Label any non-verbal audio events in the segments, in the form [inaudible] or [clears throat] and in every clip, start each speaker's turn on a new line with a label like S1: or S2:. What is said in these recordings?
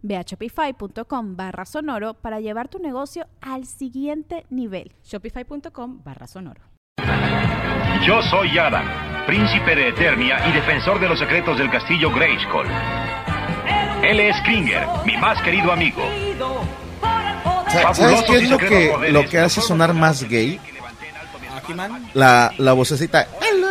S1: Ve a shopify.com barra sonoro para llevar tu negocio al siguiente nivel.
S2: Shopify.com barra sonoro.
S3: Yo soy Adam, príncipe de Eternia y defensor de los secretos del castillo Grayskull. Él es Kringer, mi más querido amigo.
S4: Sa- ¿Sabes qué es lo que, lo que hace sonar más gay? La, la vocecita. El universo.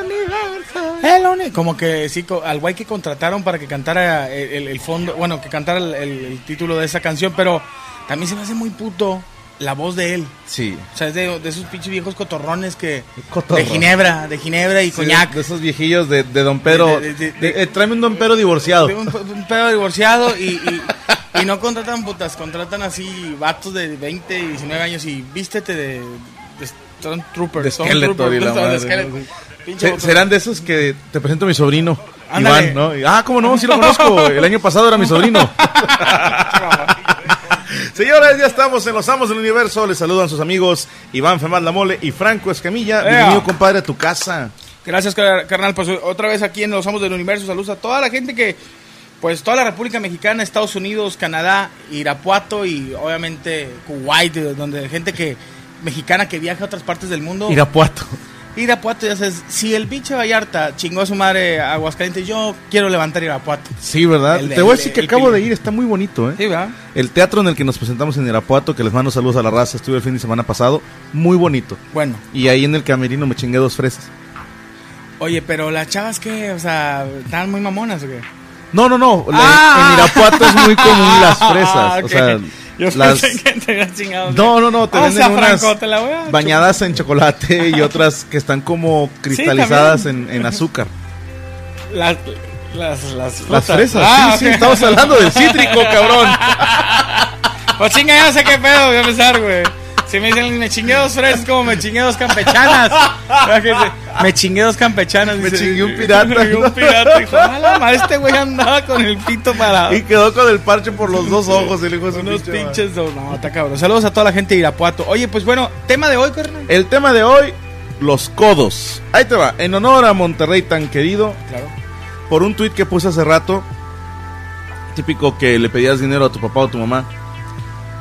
S5: El uni- Eh, Como que sí, co- al güey que contrataron para que cantara el, el- el fondo, bueno, que cantara el, el- el título de esa canción, pero también se me hace muy puto la voz de él.
S4: Sí.
S5: O sea, es de, de esos pinches viejos cotorrones que...
S4: Cotorro.
S5: De Ginebra, de Ginebra y
S4: Sí,
S5: coñac.
S4: de, de esos viejillos de, de Don Pedro.
S5: De- de- de-
S4: de- eh, tráeme un Don Pedro divorciado.
S5: De un, un pedo divorciado y, y- y no contratan putas, contratan así vatos de 20, 19 años y vístete de, de Stormtrooper.
S4: De
S5: Stormtrooper,
S4: Skeletor y la
S5: [laughs] de
S4: madre,
S5: Skeletor.
S4: ¿no?
S5: Pinche
S4: Se-
S5: vato.
S4: serán de esos que te presento a mi sobrino.
S5: Ándale.
S4: Iván, ¿no? Y, ah, cómo no, sí lo
S5: [laughs]
S4: conozco. El año pasado era mi sobrino. Señores, ya estamos en Los Amos del Universo. Les saludan sus amigos Iván Femal La Mole y Franco Escamilla.
S5: ¡Ea!
S4: Bienvenido, compadre, a tu casa.
S5: Gracias, car- carnal. Pues otra vez aquí en Los Amos del Universo. Saludos a toda la gente que, pues toda la República Mexicana, Estados Unidos, Canadá, Irapuato y obviamente Kuwait, de donde hay gente que mexicana que viaja a otras partes del mundo.
S4: Irapuato.
S5: Irapuato, ya sabes, si el pinche Vallarta chingó a su madre a Aguascalientes, yo quiero levantar Irapuato.
S4: Sí, ¿verdad?
S5: El-
S4: te voy a
S5: el-
S4: decir que
S5: el
S4: acabo de
S5: pilín.
S4: ir, está muy bonito, ¿eh?
S5: Sí, ¿verdad?
S4: El teatro en el que nos presentamos en Irapuato, que les mando saludos a la raza, estuve el fin de semana pasado, muy bonito.
S5: Bueno,
S4: Y ahí en el camerino me chingué dos fresas.
S5: oye, pero las chavas que, o sea, están muy mamonas, o qué?
S4: No, no, no. la- en
S5: Ah.
S4: Irapuato es muy común las fresas.
S5: Ah,
S4: O
S5: ok.
S4: sea,
S5: Yo
S4: las...
S5: pensé que te habías chingado.
S4: No, no, no. Te
S5: O
S4: venden
S5: sea,
S4: unas
S5: Franco, te la voy a
S4: bañadas en chocolate
S5: [laughs]
S4: y otras que están como cristalizadas en, en azúcar.
S5: Las, las, las,
S4: Las
S5: frutas.
S4: fresas.
S5: Ah,
S4: sí, sí,
S5: ok.
S4: estamos hablando del cítrico,
S5: [laughs]
S4: cabrón.
S5: Pues chinga, ya no sé qué pedo, voy a empezar, güey. Si me dicen, me chingué dos fresas, como me chingué dos campechanas. ¿Verdad que sí? Me chingué dos campechanas.
S4: Me
S5: dice.
S4: chingué un pirata.
S5: Me chingué un pirata. Hijo, a la madre, este güey andaba con el pito para
S4: Y quedó con el parche por los dos ojos el hijo de su
S5: unos
S4: pinche madre.
S5: pinches. do- No, está cabrón. Saludos a toda la gente de Irapuato. Oye, pues bueno, tema de hoy, carnal.
S4: El tema de hoy, los codos. Ahí te va. En honor a Monterrey tan querido,
S5: Claro.
S4: por un tuit que puse hace rato, típico que le pedías dinero a tu papá o tu mamá,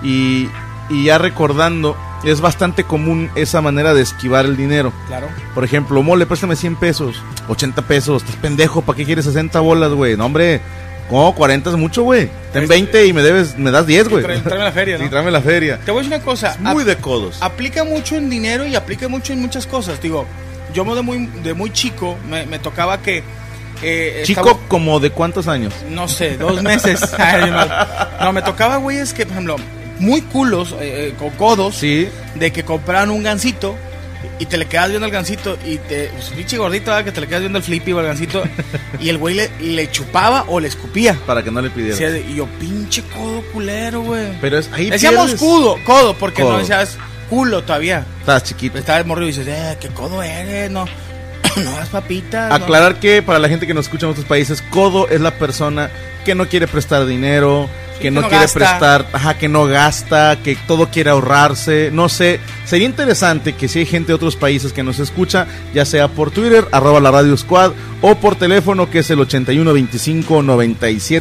S4: y, y ya recordando, es bastante común esa manera de esquivar el dinero.
S5: Claro.
S4: Por ejemplo, mole, préstame 100 pesos, 80 pesos, estás pendejo, ¿para qué quieres 60 bolas, güey? No, hombre, como 40 es mucho, güey. Ten 20 y me debes, me das 10, güey.
S5: Trae- tráeme la feria, ¿no? Ah,
S4: Sí, tráeme la feria.
S5: Te voy a decir una cosa.
S4: Es muy de codos.
S5: aplica mucho en dinero y aplica mucho en muchas cosas. Digo, yo de muy, de muy chico me, me tocaba que... eh,
S4: Chico,
S5: estaba-
S4: como de cuántos años?
S5: no sé,
S4: [laughs]
S5: dos meses. Ay, no. no, me tocaba, güey, es que, por ejemplo, muy culos, eh, eh, con codos,
S4: Sí.
S5: de que compraban un gancito y te le quedas viendo al gancito y te... pues, pinche gordito, ¿verdad? que te le quedas viendo el flippy o
S4: [laughs]
S5: al gancito y el güey le, le chupaba o le escupía.
S4: Para que no le
S5: O
S4: pidieras.
S5: sea, y yo, pinche codo culero, güey.
S4: Pero es ahí
S5: Decíamos
S4: pierdes.
S5: cudo, codo, porque
S4: Codo.
S5: no decías culo todavía.
S4: Estás chiquito.
S5: Pero estaba el morro y dices, eh, qué codo eres, no, [clears throat] no das papitas. Ah, no.
S4: Aclarar que para la gente que nos escucha en otros países, codo es la persona que no quiere prestar dinero,
S5: Sí,
S4: que
S5: que
S4: no,
S5: no
S4: quiere
S5: gasta.
S4: prestar, ajá, que no gasta, que todo quiere ahorrarse, no sé. Sería interesante que si hay gente de otros países que nos escucha, ya sea por Twitter, arroba la radio squad, o por teléfono que es el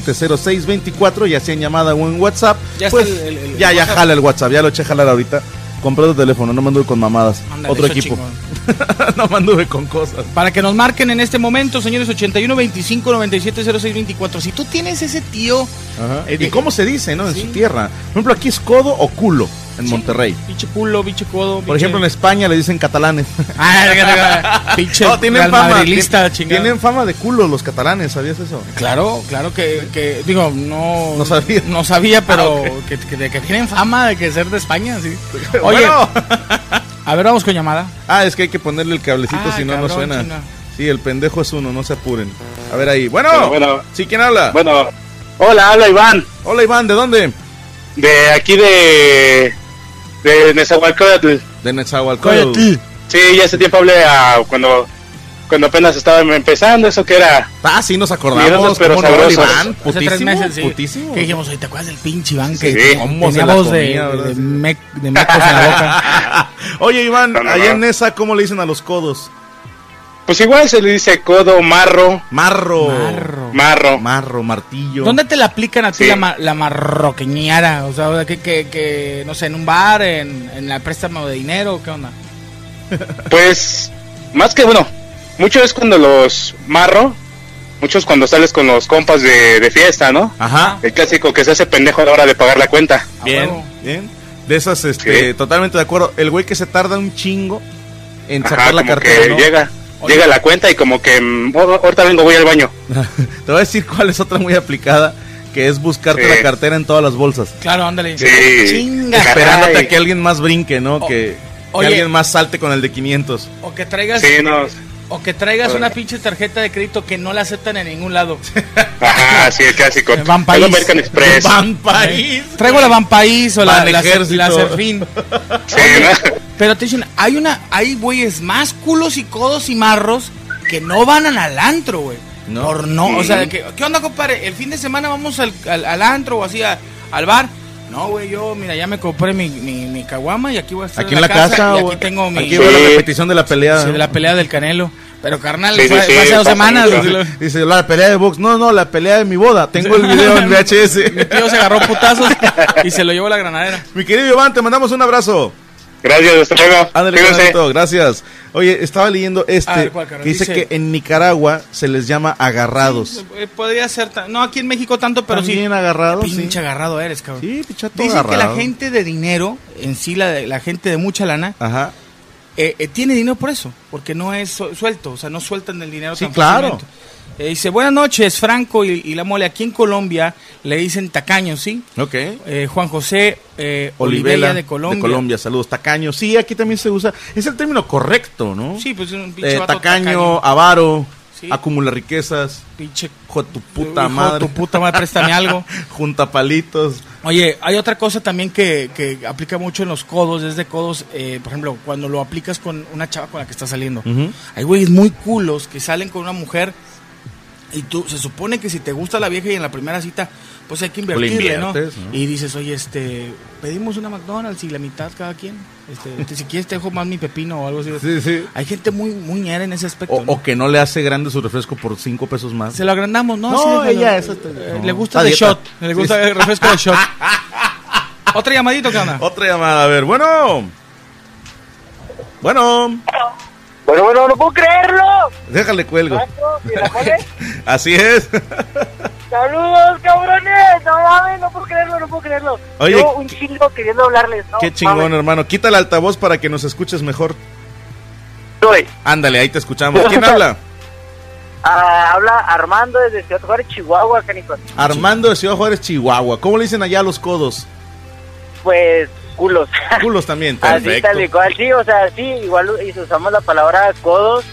S4: 8125-970624, ya sea en llamada o en WhatsApp,
S5: Ya
S4: pues
S5: está el- el- el
S4: ya, ya
S5: WhatsApp.
S4: jala el WhatsApp, ya lo eché a jalar ahorita. Compré otro teléfono, no me anduve con mamadas.
S5: Ándale,
S4: otro
S5: eso
S4: equipo.
S5: chingón.
S4: [laughs] no me anduve con cosas.
S5: Para que nos marquen en este momento, señores, 81 25 97 06 24. Si tú tienes ese tío,
S4: Ajá.
S5: Eh,
S4: ¿Y
S5: de-
S4: cómo se dice, no? En
S5: Sí.
S4: su tierra. Por ejemplo, aquí es codo o culo. en Monterrey.
S5: Pinche culo, pinche codo.
S4: Por ejemplo, en España le dicen
S5: [laughs]
S4: catalanes. [laughs]
S5: Ah, pinche
S4: No, tienen
S5: Real
S4: fama.
S5: Madridista,
S4: tien-
S5: chingado.
S4: tienen fama de culo los catalanes, ¿sabías eso?
S5: Claro, claro que, que digo, no,
S4: No sabía. Ah,
S5: no sabía, pero que, que- de que tienen fama de que ser de España,
S4: [laughs]
S5: sí. [laughs] Oye,
S4: Bueno.
S5: a ver, vamos con llamada.
S4: Ah, es que hay que ponerle el cablecito
S5: Ah,
S4: si no, no
S5: cabrón,
S4: suena.
S5: chino.
S4: Sí, el pendejo es uno, no se apuren. A ver ahí. Bueno,
S6: Bueno, bueno.
S4: sí, ¿quién habla?
S6: Bueno, hola, habla Iván,
S4: Hola Iván, ¿de dónde?
S6: de aquí de, de Nezahualcóyotl.
S4: De Nezahualcóyotl.
S6: Sí, ya hace tiempo hablé a cuando, cuando apenas estaba empezando, eso que era.
S4: Ah, sí, nos acordamos.
S6: Miedosos, pero
S4: ¿cómo no,
S6: sabrosos.
S4: el Iván,
S5: Hace
S4: putísimo,
S5: tres meses, sí.
S4: putísimo.
S5: Que dijimos, oye, ¿te acuerdas del pinche Iván?
S6: Sí,
S5: Que
S6: sí.
S5: cómo
S4: se
S5: tenía
S4: la
S5: voz de,
S4: comía, ¿verdad?
S5: de,
S4: Sí.
S5: mec- de mecos en la boca.
S4: Oye Iván,
S6: No, no,
S4: allá
S6: no.
S4: en Nesa, ¿cómo le dicen a los codos?
S6: Pues igual se le dice codo, marro,
S4: Marro.
S5: Marro.
S6: marro.
S4: Marro, martillo.
S5: ¿Dónde te la aplican a ti
S6: Sí.
S5: la, ma- la marroqueñara? O sea, que, que, que, no sé, en un bar, en, en la préstamo de dinero, ¿qué onda?
S6: Pues, más que bueno, mucho es cuando los marro, muchos cuando sales con los compas de, de fiesta, ¿no?
S5: Ah,
S4: Ajá.
S6: El clásico que se hace pendejo a la hora de pagar la cuenta.
S5: A
S4: Bien,
S5: huevo.
S4: bien. De esas, este,
S6: Sí.
S4: totalmente de acuerdo. El güey que se tarda un chingo en sacar
S6: Ajá,
S4: la
S6: como
S4: cartera.
S6: que
S4: ¿no?
S6: llega,
S5: Oye.
S6: llega la cuenta y como que, mm, "Oh, ahorita vengo, voy al baño.
S4: [laughs] Te voy a decir cuál es otra muy aplicada, que es buscarte
S6: Sí.
S4: la cartera en todas las bolsas.
S5: Claro, ándale.
S6: Sí.
S5: Chinga.
S6: Caray.
S4: Esperándote a que alguien más brinque, ¿no?
S5: O-
S4: que, que
S5: oye.
S4: alguien más salte con el de 500.
S5: O que traigas,
S6: Sí, no.
S5: o que traigas una pinche tarjeta de crédito que no la aceptan en ningún lado.
S6: Ajá, sí, el clásico.
S5: El Van
S6: El
S5: País.
S6: American Express.
S4: Eh, [laughs] Van País.
S5: Traigo la Van País o la,
S4: Van
S5: la,
S4: Ejército.
S5: la Serfín.
S6: Sí, ¿no?
S5: Pero atención, hay una, hay güeyes más culos y codos y marros que no van al- al antro, güey.
S4: No.
S5: Por no, o
S6: Sí.
S5: sea, que, ¿qué onda, compadre? El fin de semana vamos al, al- al antro o así a- al bar. No, güey, yo, mira, ya me compré mi, mi, mi caguama y aquí voy a estar
S4: Aquí en la casa,
S5: y
S4: güey.
S5: aquí tengo mi.
S4: Aquí veo la
S6: Sí.
S4: repetición de la pelea.
S5: Sí,
S4: ¿no?
S5: de la pelea del Canelo. Pero carnal,
S6: Sí, sí,
S5: fue-
S6: sí,
S5: fue hace dos
S6: pasa
S5: semanas.
S6: mucho.
S5: lo-
S4: Dice, la pelea de box. No, no, la pelea de mi boda. Tengo el video
S5: [laughs]
S4: en
S5: Mi
S4: VHS.
S5: tío se agarró putazos y se lo llevó la granadera.
S4: Mi querido Iván, te mandamos un abrazo.
S6: Gracias, hasta luego.
S4: Ándale,
S6: Cuídense.
S4: carnalito, gracias. Oye, estaba leyendo este
S5: A ver, ¿cuál, carnal?
S4: que dice,
S5: Dice-
S4: que en Nicaragua se les llama agarrados.
S5: Eh, Podría ser, tan- no aquí en México tanto, pero sí.
S4: ¿También agarrados?
S5: Pinche
S4: sí.
S5: agarrado eres, cabrón.
S4: Sí, pichato
S5: pues, Dicen que la
S4: agarrado.
S5: gente de dinero, en sí la, de- la gente de mucha lana,
S4: Ajá.
S5: eh, eh, tiene dinero por eso, porque no es su- suelto, o sea, no sueltan el dinero
S4: Sí,
S5: tan
S4: claro.
S5: fácilmente. Eh, dice, buenas noches, Franco y, y la mole. Aquí en Colombia le dicen tacaño, ¿sí?
S4: Ok.
S5: Eh, Juan José eh,
S4: Olivela
S5: Olivella de Colombia.
S4: saludos. Tacaño, sí, aquí también se usa. Es el término correcto, ¿no?
S5: Sí, pues un pinche
S4: Eh,
S5: vato
S4: tacaño, avaro,
S5: Sí.
S4: acumula riquezas,
S5: pinche
S4: hijo de tu puta
S5: Hijo de
S4: madre.
S5: tu puta madre, préstame
S4: [laughs]
S5: algo.
S4: Junta palitos.
S5: Oye, hay otra cosa también que, que aplica mucho en los codos, desde codos, eh, por ejemplo, cuando lo aplicas con una chava con la que estás saliendo.
S4: Ujú.
S5: Hay güeyes muy culos que salen con una mujer y tú, se supone que si te gusta la vieja y en la primera cita, pues hay que
S4: le
S5: invertirle, ¿no?
S4: inviertes, ¿no?
S5: Y dices, oye, este, pedimos una McDonald's y la mitad cada quien. Este, este, si quieres te dejo más mi pepino o algo así.
S4: [laughs] Sí, sí.
S5: Hay gente muy, muy ñera en ese aspecto.
S4: O,
S5: Ah, ¿no?
S4: o que no le hace grande su refresco por cinco pesos más.
S5: Se lo agrandamos, ¿no?
S4: No,
S5: sí, déjalo.
S4: ella, eso te-
S5: Eh,
S4: no.
S5: Le
S4: Está
S5: gusta de
S4: dieta.
S5: shot. Le gusta
S4: Sí.
S5: el refresco
S4: [laughs]
S5: de shot. Otro llamadito, ¿qué onda?
S4: Otra llamada, a ver. Bueno. Bueno.
S7: Bueno, Pues bueno, no puedo creerlo.
S4: Déjale cuelgo. [laughs]
S7: Franco, ¿y la mole?
S4: Así es.
S7: Saludos, cabrones. No mames, no puedo creerlo, no puedo creerlo.
S4: Oye,
S7: Llevo un chingo queriendo hablarles. No,
S4: [laughs] Qué chingón,
S7: mames.
S4: hermano. Quita el altavoz para que nos escuches mejor.
S7: Soy.
S4: Ándale, ahí te escuchamos.
S7: [laughs]
S4: ¿Quién habla?
S7: Ah, habla Armando desde Ciudad Juárez, Chihuahua, canico.
S4: Armando de Ciudad Juárez, Chihuahua. ¿Cómo le dicen allá a los codos?
S7: Pues, culos. [laughs]
S4: Culos también,
S7: Así
S4: perfecto.
S7: tal y cual, sí, o sea, sí, igual y si usamos la palabra codos,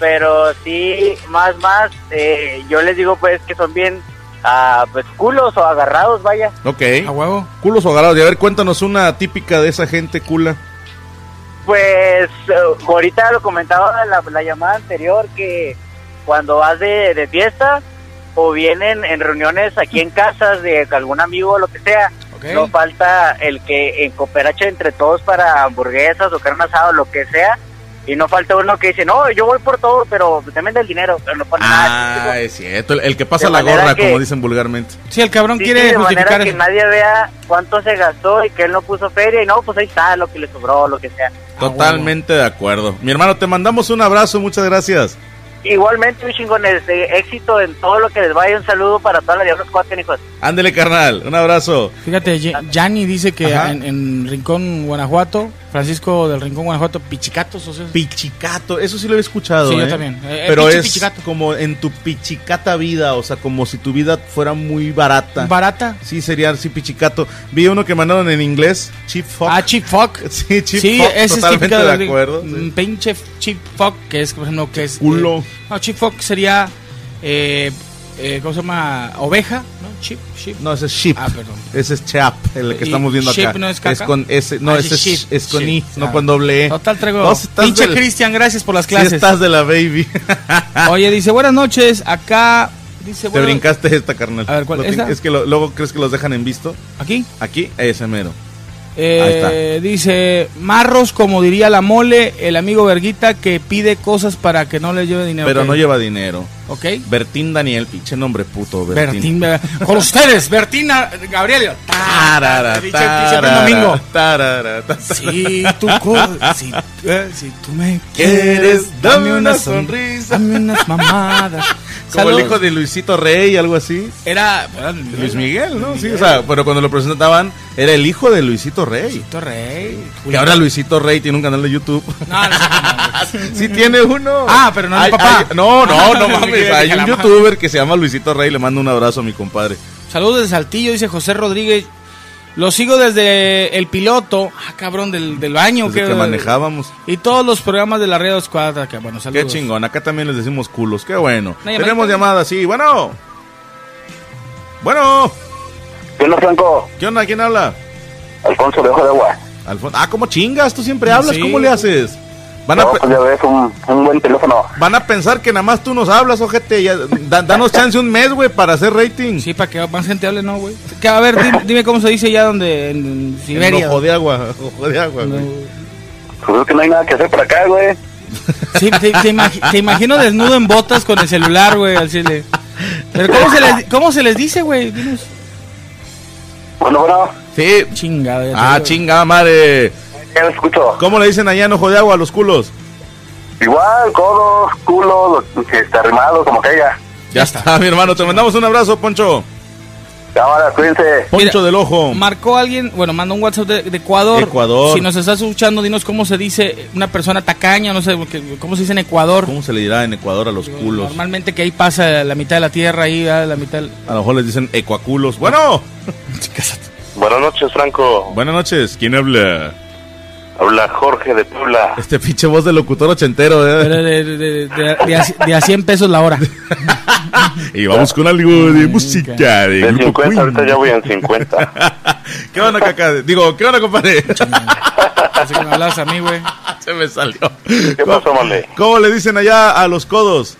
S7: pero sí, más, más, eh, yo les digo pues que son bien, ah, pues culos o agarrados, vaya.
S4: Ok.
S5: A huevo.
S4: Culos o agarrados. Y a ver, cuéntanos una típica de esa gente cula.
S7: Pues eh, ahorita lo comentaba en la, la llamada anterior que cuando vas de, de fiesta o vienen en reuniones aquí en casas de algún amigo o lo que sea,
S5: Ok.
S7: no falta el que en cooperacha entre todos para hamburguesas o carne asada o lo que sea. Y no falta uno que dice, no, yo voy por todo, pero también del dinero, pero no pone
S4: Ah,
S7: nada.
S4: es cierto. El, el que pasa
S7: De
S4: la
S7: manera
S4: gorra,
S7: que- Ah,
S4: como dicen vulgarmente.
S5: Sí, el cabrón
S7: Sí, sí,
S5: quiere
S7: de manera
S5: justificar.
S7: que nadie vea cuánto se gastó y que él no puso feria y no, pues ahí está, lo que le sobró, lo que sea.
S5: Ah,
S4: Totalmente de acuerdo. Mi hermano, te mandamos un abrazo. Muchas gracias.
S7: igualmente, mis chingones, de éxito en todo lo que les vaya. Un saludo para toda la Diablos Cuatro, hijos.
S4: Ándele, carnal. Un abrazo.
S5: Fíjate, Ye- Yanni dice que
S4: Ajá.
S5: en, en Rincón, Guanajuato, Francisco del Rincón, Guanajuato, Pichicatos, o sea,
S4: Pichicato, eso sí lo he escuchado.
S5: Sí, yo
S4: ¿eh?
S5: también. Eh,
S4: Pero
S5: pinche
S4: es
S5: pichicato.
S4: como en tu pichicata vida, o sea, como si tu vida fuera muy barata.
S5: barata.
S4: sí, sería así pichicato. Vi uno que mandaron en inglés, cheap fuck.
S5: Ah,
S4: [laughs]
S5: Chip Fuck.
S4: sí, cheap
S5: sí,
S4: fuck,
S5: ese es
S4: totalmente
S5: típico
S4: de acuerdo. sí.
S5: Un pinche Chip Fuck, que es, por ejemplo, que es.
S4: Culo.
S5: eh, no, Chip Fuck sería. Eh, eh, ¿Cómo se llama? Oveja, ¿no? Chip, Chip.
S4: No, ese es sheep.
S5: Ah, perdón.
S4: Ese es chap, el que
S5: Y
S4: estamos viendo
S5: sheep
S4: acá.
S5: no es caca.
S4: con ese, no,
S5: Ah,
S4: ese
S5: sí,
S4: es,
S5: sheep,
S4: es con i,
S5: sheep.
S4: no
S5: Ah.
S4: con doble e.
S5: Total traigo.
S4: Vos estás
S5: Pinche
S4: del-
S5: Cristian, gracias por las
S4: Sí
S5: clases.
S4: estás de la
S5: [laughs]
S4: baby.
S5: Oye, dice, buenas noches, acá. Dice,
S4: Te
S5: bueno,
S4: brincaste esta, carnal.
S5: A ver, ¿cuál?
S4: Lo ten-
S5: ¿Esta?
S4: Es que lo- luego crees que los dejan en visto.
S5: Aquí.
S4: Aquí, ese mero.
S5: Eh, Dice, marros, como diría la mole, el amigo Verguita que pide cosas para que no le lleve dinero.
S4: Pero
S5: Ok.
S4: no lleva dinero.
S5: Ok.
S4: Bertín Daniel, pinche nombre puto, Bertín.
S5: Bertín, Bertín. con ustedes, Bertín ah, Gabrielio.
S4: Tarara,
S5: Dice- dice
S4: tarara,
S5: Pepe Ah, Domingo.
S4: tarara, tarara.
S5: Si tú, co- si, eh, si tú me
S4: Quieres,
S5: quieres,
S4: dame
S5: dame
S4: una
S5: una
S4: sonrisa.
S5: sonrisa, dame unas mamadas.
S4: Como el
S5: Saludos.
S4: hijo de Luisito Rey, algo así.
S5: Era, era Luis,
S4: Luis Miguel, ¿no? Sí, o sea, pero cuando lo presentaban, era el hijo de Luisito Rey.
S5: Luisito Rey.
S4: Que ahora Luisito Rey tiene un canal de
S5: [laughs]
S4: YouTube.
S5: No, no, no, no.
S4: sí tiene uno.
S5: Ah, pero no el
S4: Hay-
S5: papá. Ah,
S4: hay- no, no,
S5: [laughs]
S4: no mames.
S5: Dije
S4: Hay
S5: la
S4: un
S5: mamá.
S4: youtuber que se llama Luisito Rey, le mando un abrazo a mi compadre.
S5: Saludos de Saltillo, dice José Rodríguez. Lo sigo desde el piloto, ah, cabrón, del, del baño.
S4: Desde que manejábamos.
S5: Y todos los programas de la red Escuadra, que bueno, saludos.
S4: Qué chingón, acá también les decimos culos, qué bueno.
S5: Una llamadita.
S4: Tenemos llamadas, sí, bueno. Bueno,
S7: ¿Qué onda, Franco?
S4: ¿qué onda? ¿Quién habla?
S7: Alfonso de Ojo de Agua.
S4: Alfon- ah, ¿cómo chingas? Tú siempre hablas,
S5: Sí.
S4: ¿cómo le haces? Van a, pe-
S7: pues, ya ves, un, buen teléfono.
S4: van a pensar que nada más tú nos hablas, ojete. ya- da- danos chance un mes, güey, para hacer rating.
S5: Sí, para que más gente hable, ¿no, güey? Que, a ver, dime, dime cómo se dice ya donde, en, en
S4: En
S5: Siberia.
S4: Ojo de agua, [laughs] ojo de agua, güey.
S7: Pues es que no hay nada que hacer por acá, güey.
S5: Sí, te, te imagi- te imagino desnudo en botas con el celular, güey, al chile. Pero ¿cómo se les, cómo se les dice, güey? Dinos.
S7: Bueno, bueno,
S4: Sí.
S5: Chingada. ya te
S4: Ah,
S5: digo.
S4: chingada madre.
S7: ya lo escucho.
S4: ¿Cómo le dicen allá en ojo de agua a los culos?
S7: Igual, codos, culo, lo que está arrimado, como que haya.
S4: Ya está, [laughs] mi hermano. Te mandamos un abrazo, Poncho.
S7: Cámara, cuídense.
S4: Poncho del ojo.
S5: Marcó alguien, bueno, mandó un WhatsApp de, de Ecuador.
S4: Ecuador.
S5: Si nos estás escuchando, dinos cómo se dice una persona tacaña, no sé, que- cómo se dice en Ecuador.
S4: ¿Cómo se le dirá en Ecuador a los culos?
S5: Normalmente que ahí pasa la mitad de la tierra, ahí ¿verdad? la mitad. del-
S4: A lo mejor les dicen ecuaculos. Bueno,
S8: Buenas noches, Franco.
S4: buenas noches. ¿Quién habla?
S8: Habla Jorge de Puebla.
S4: Este pinche voz de locutor ochentero. ¿eh?
S5: Pero de, de- de- de a, de a 100 pesos la hora.
S4: [laughs] Y vamos con algo de música. De
S8: De
S4: Este, grupo
S8: 50,
S4: Queen.
S8: ahorita ya voy
S4: [laughs]
S8: en 50.
S4: ¿Qué onda, caca? Digo, ¿qué onda, compadre? [laughs]
S5: Así que me hablas a mí, güey.
S4: Se me salió.
S8: ¿Qué pasó, mole?
S4: ¿Cómo le dicen allá a los codos?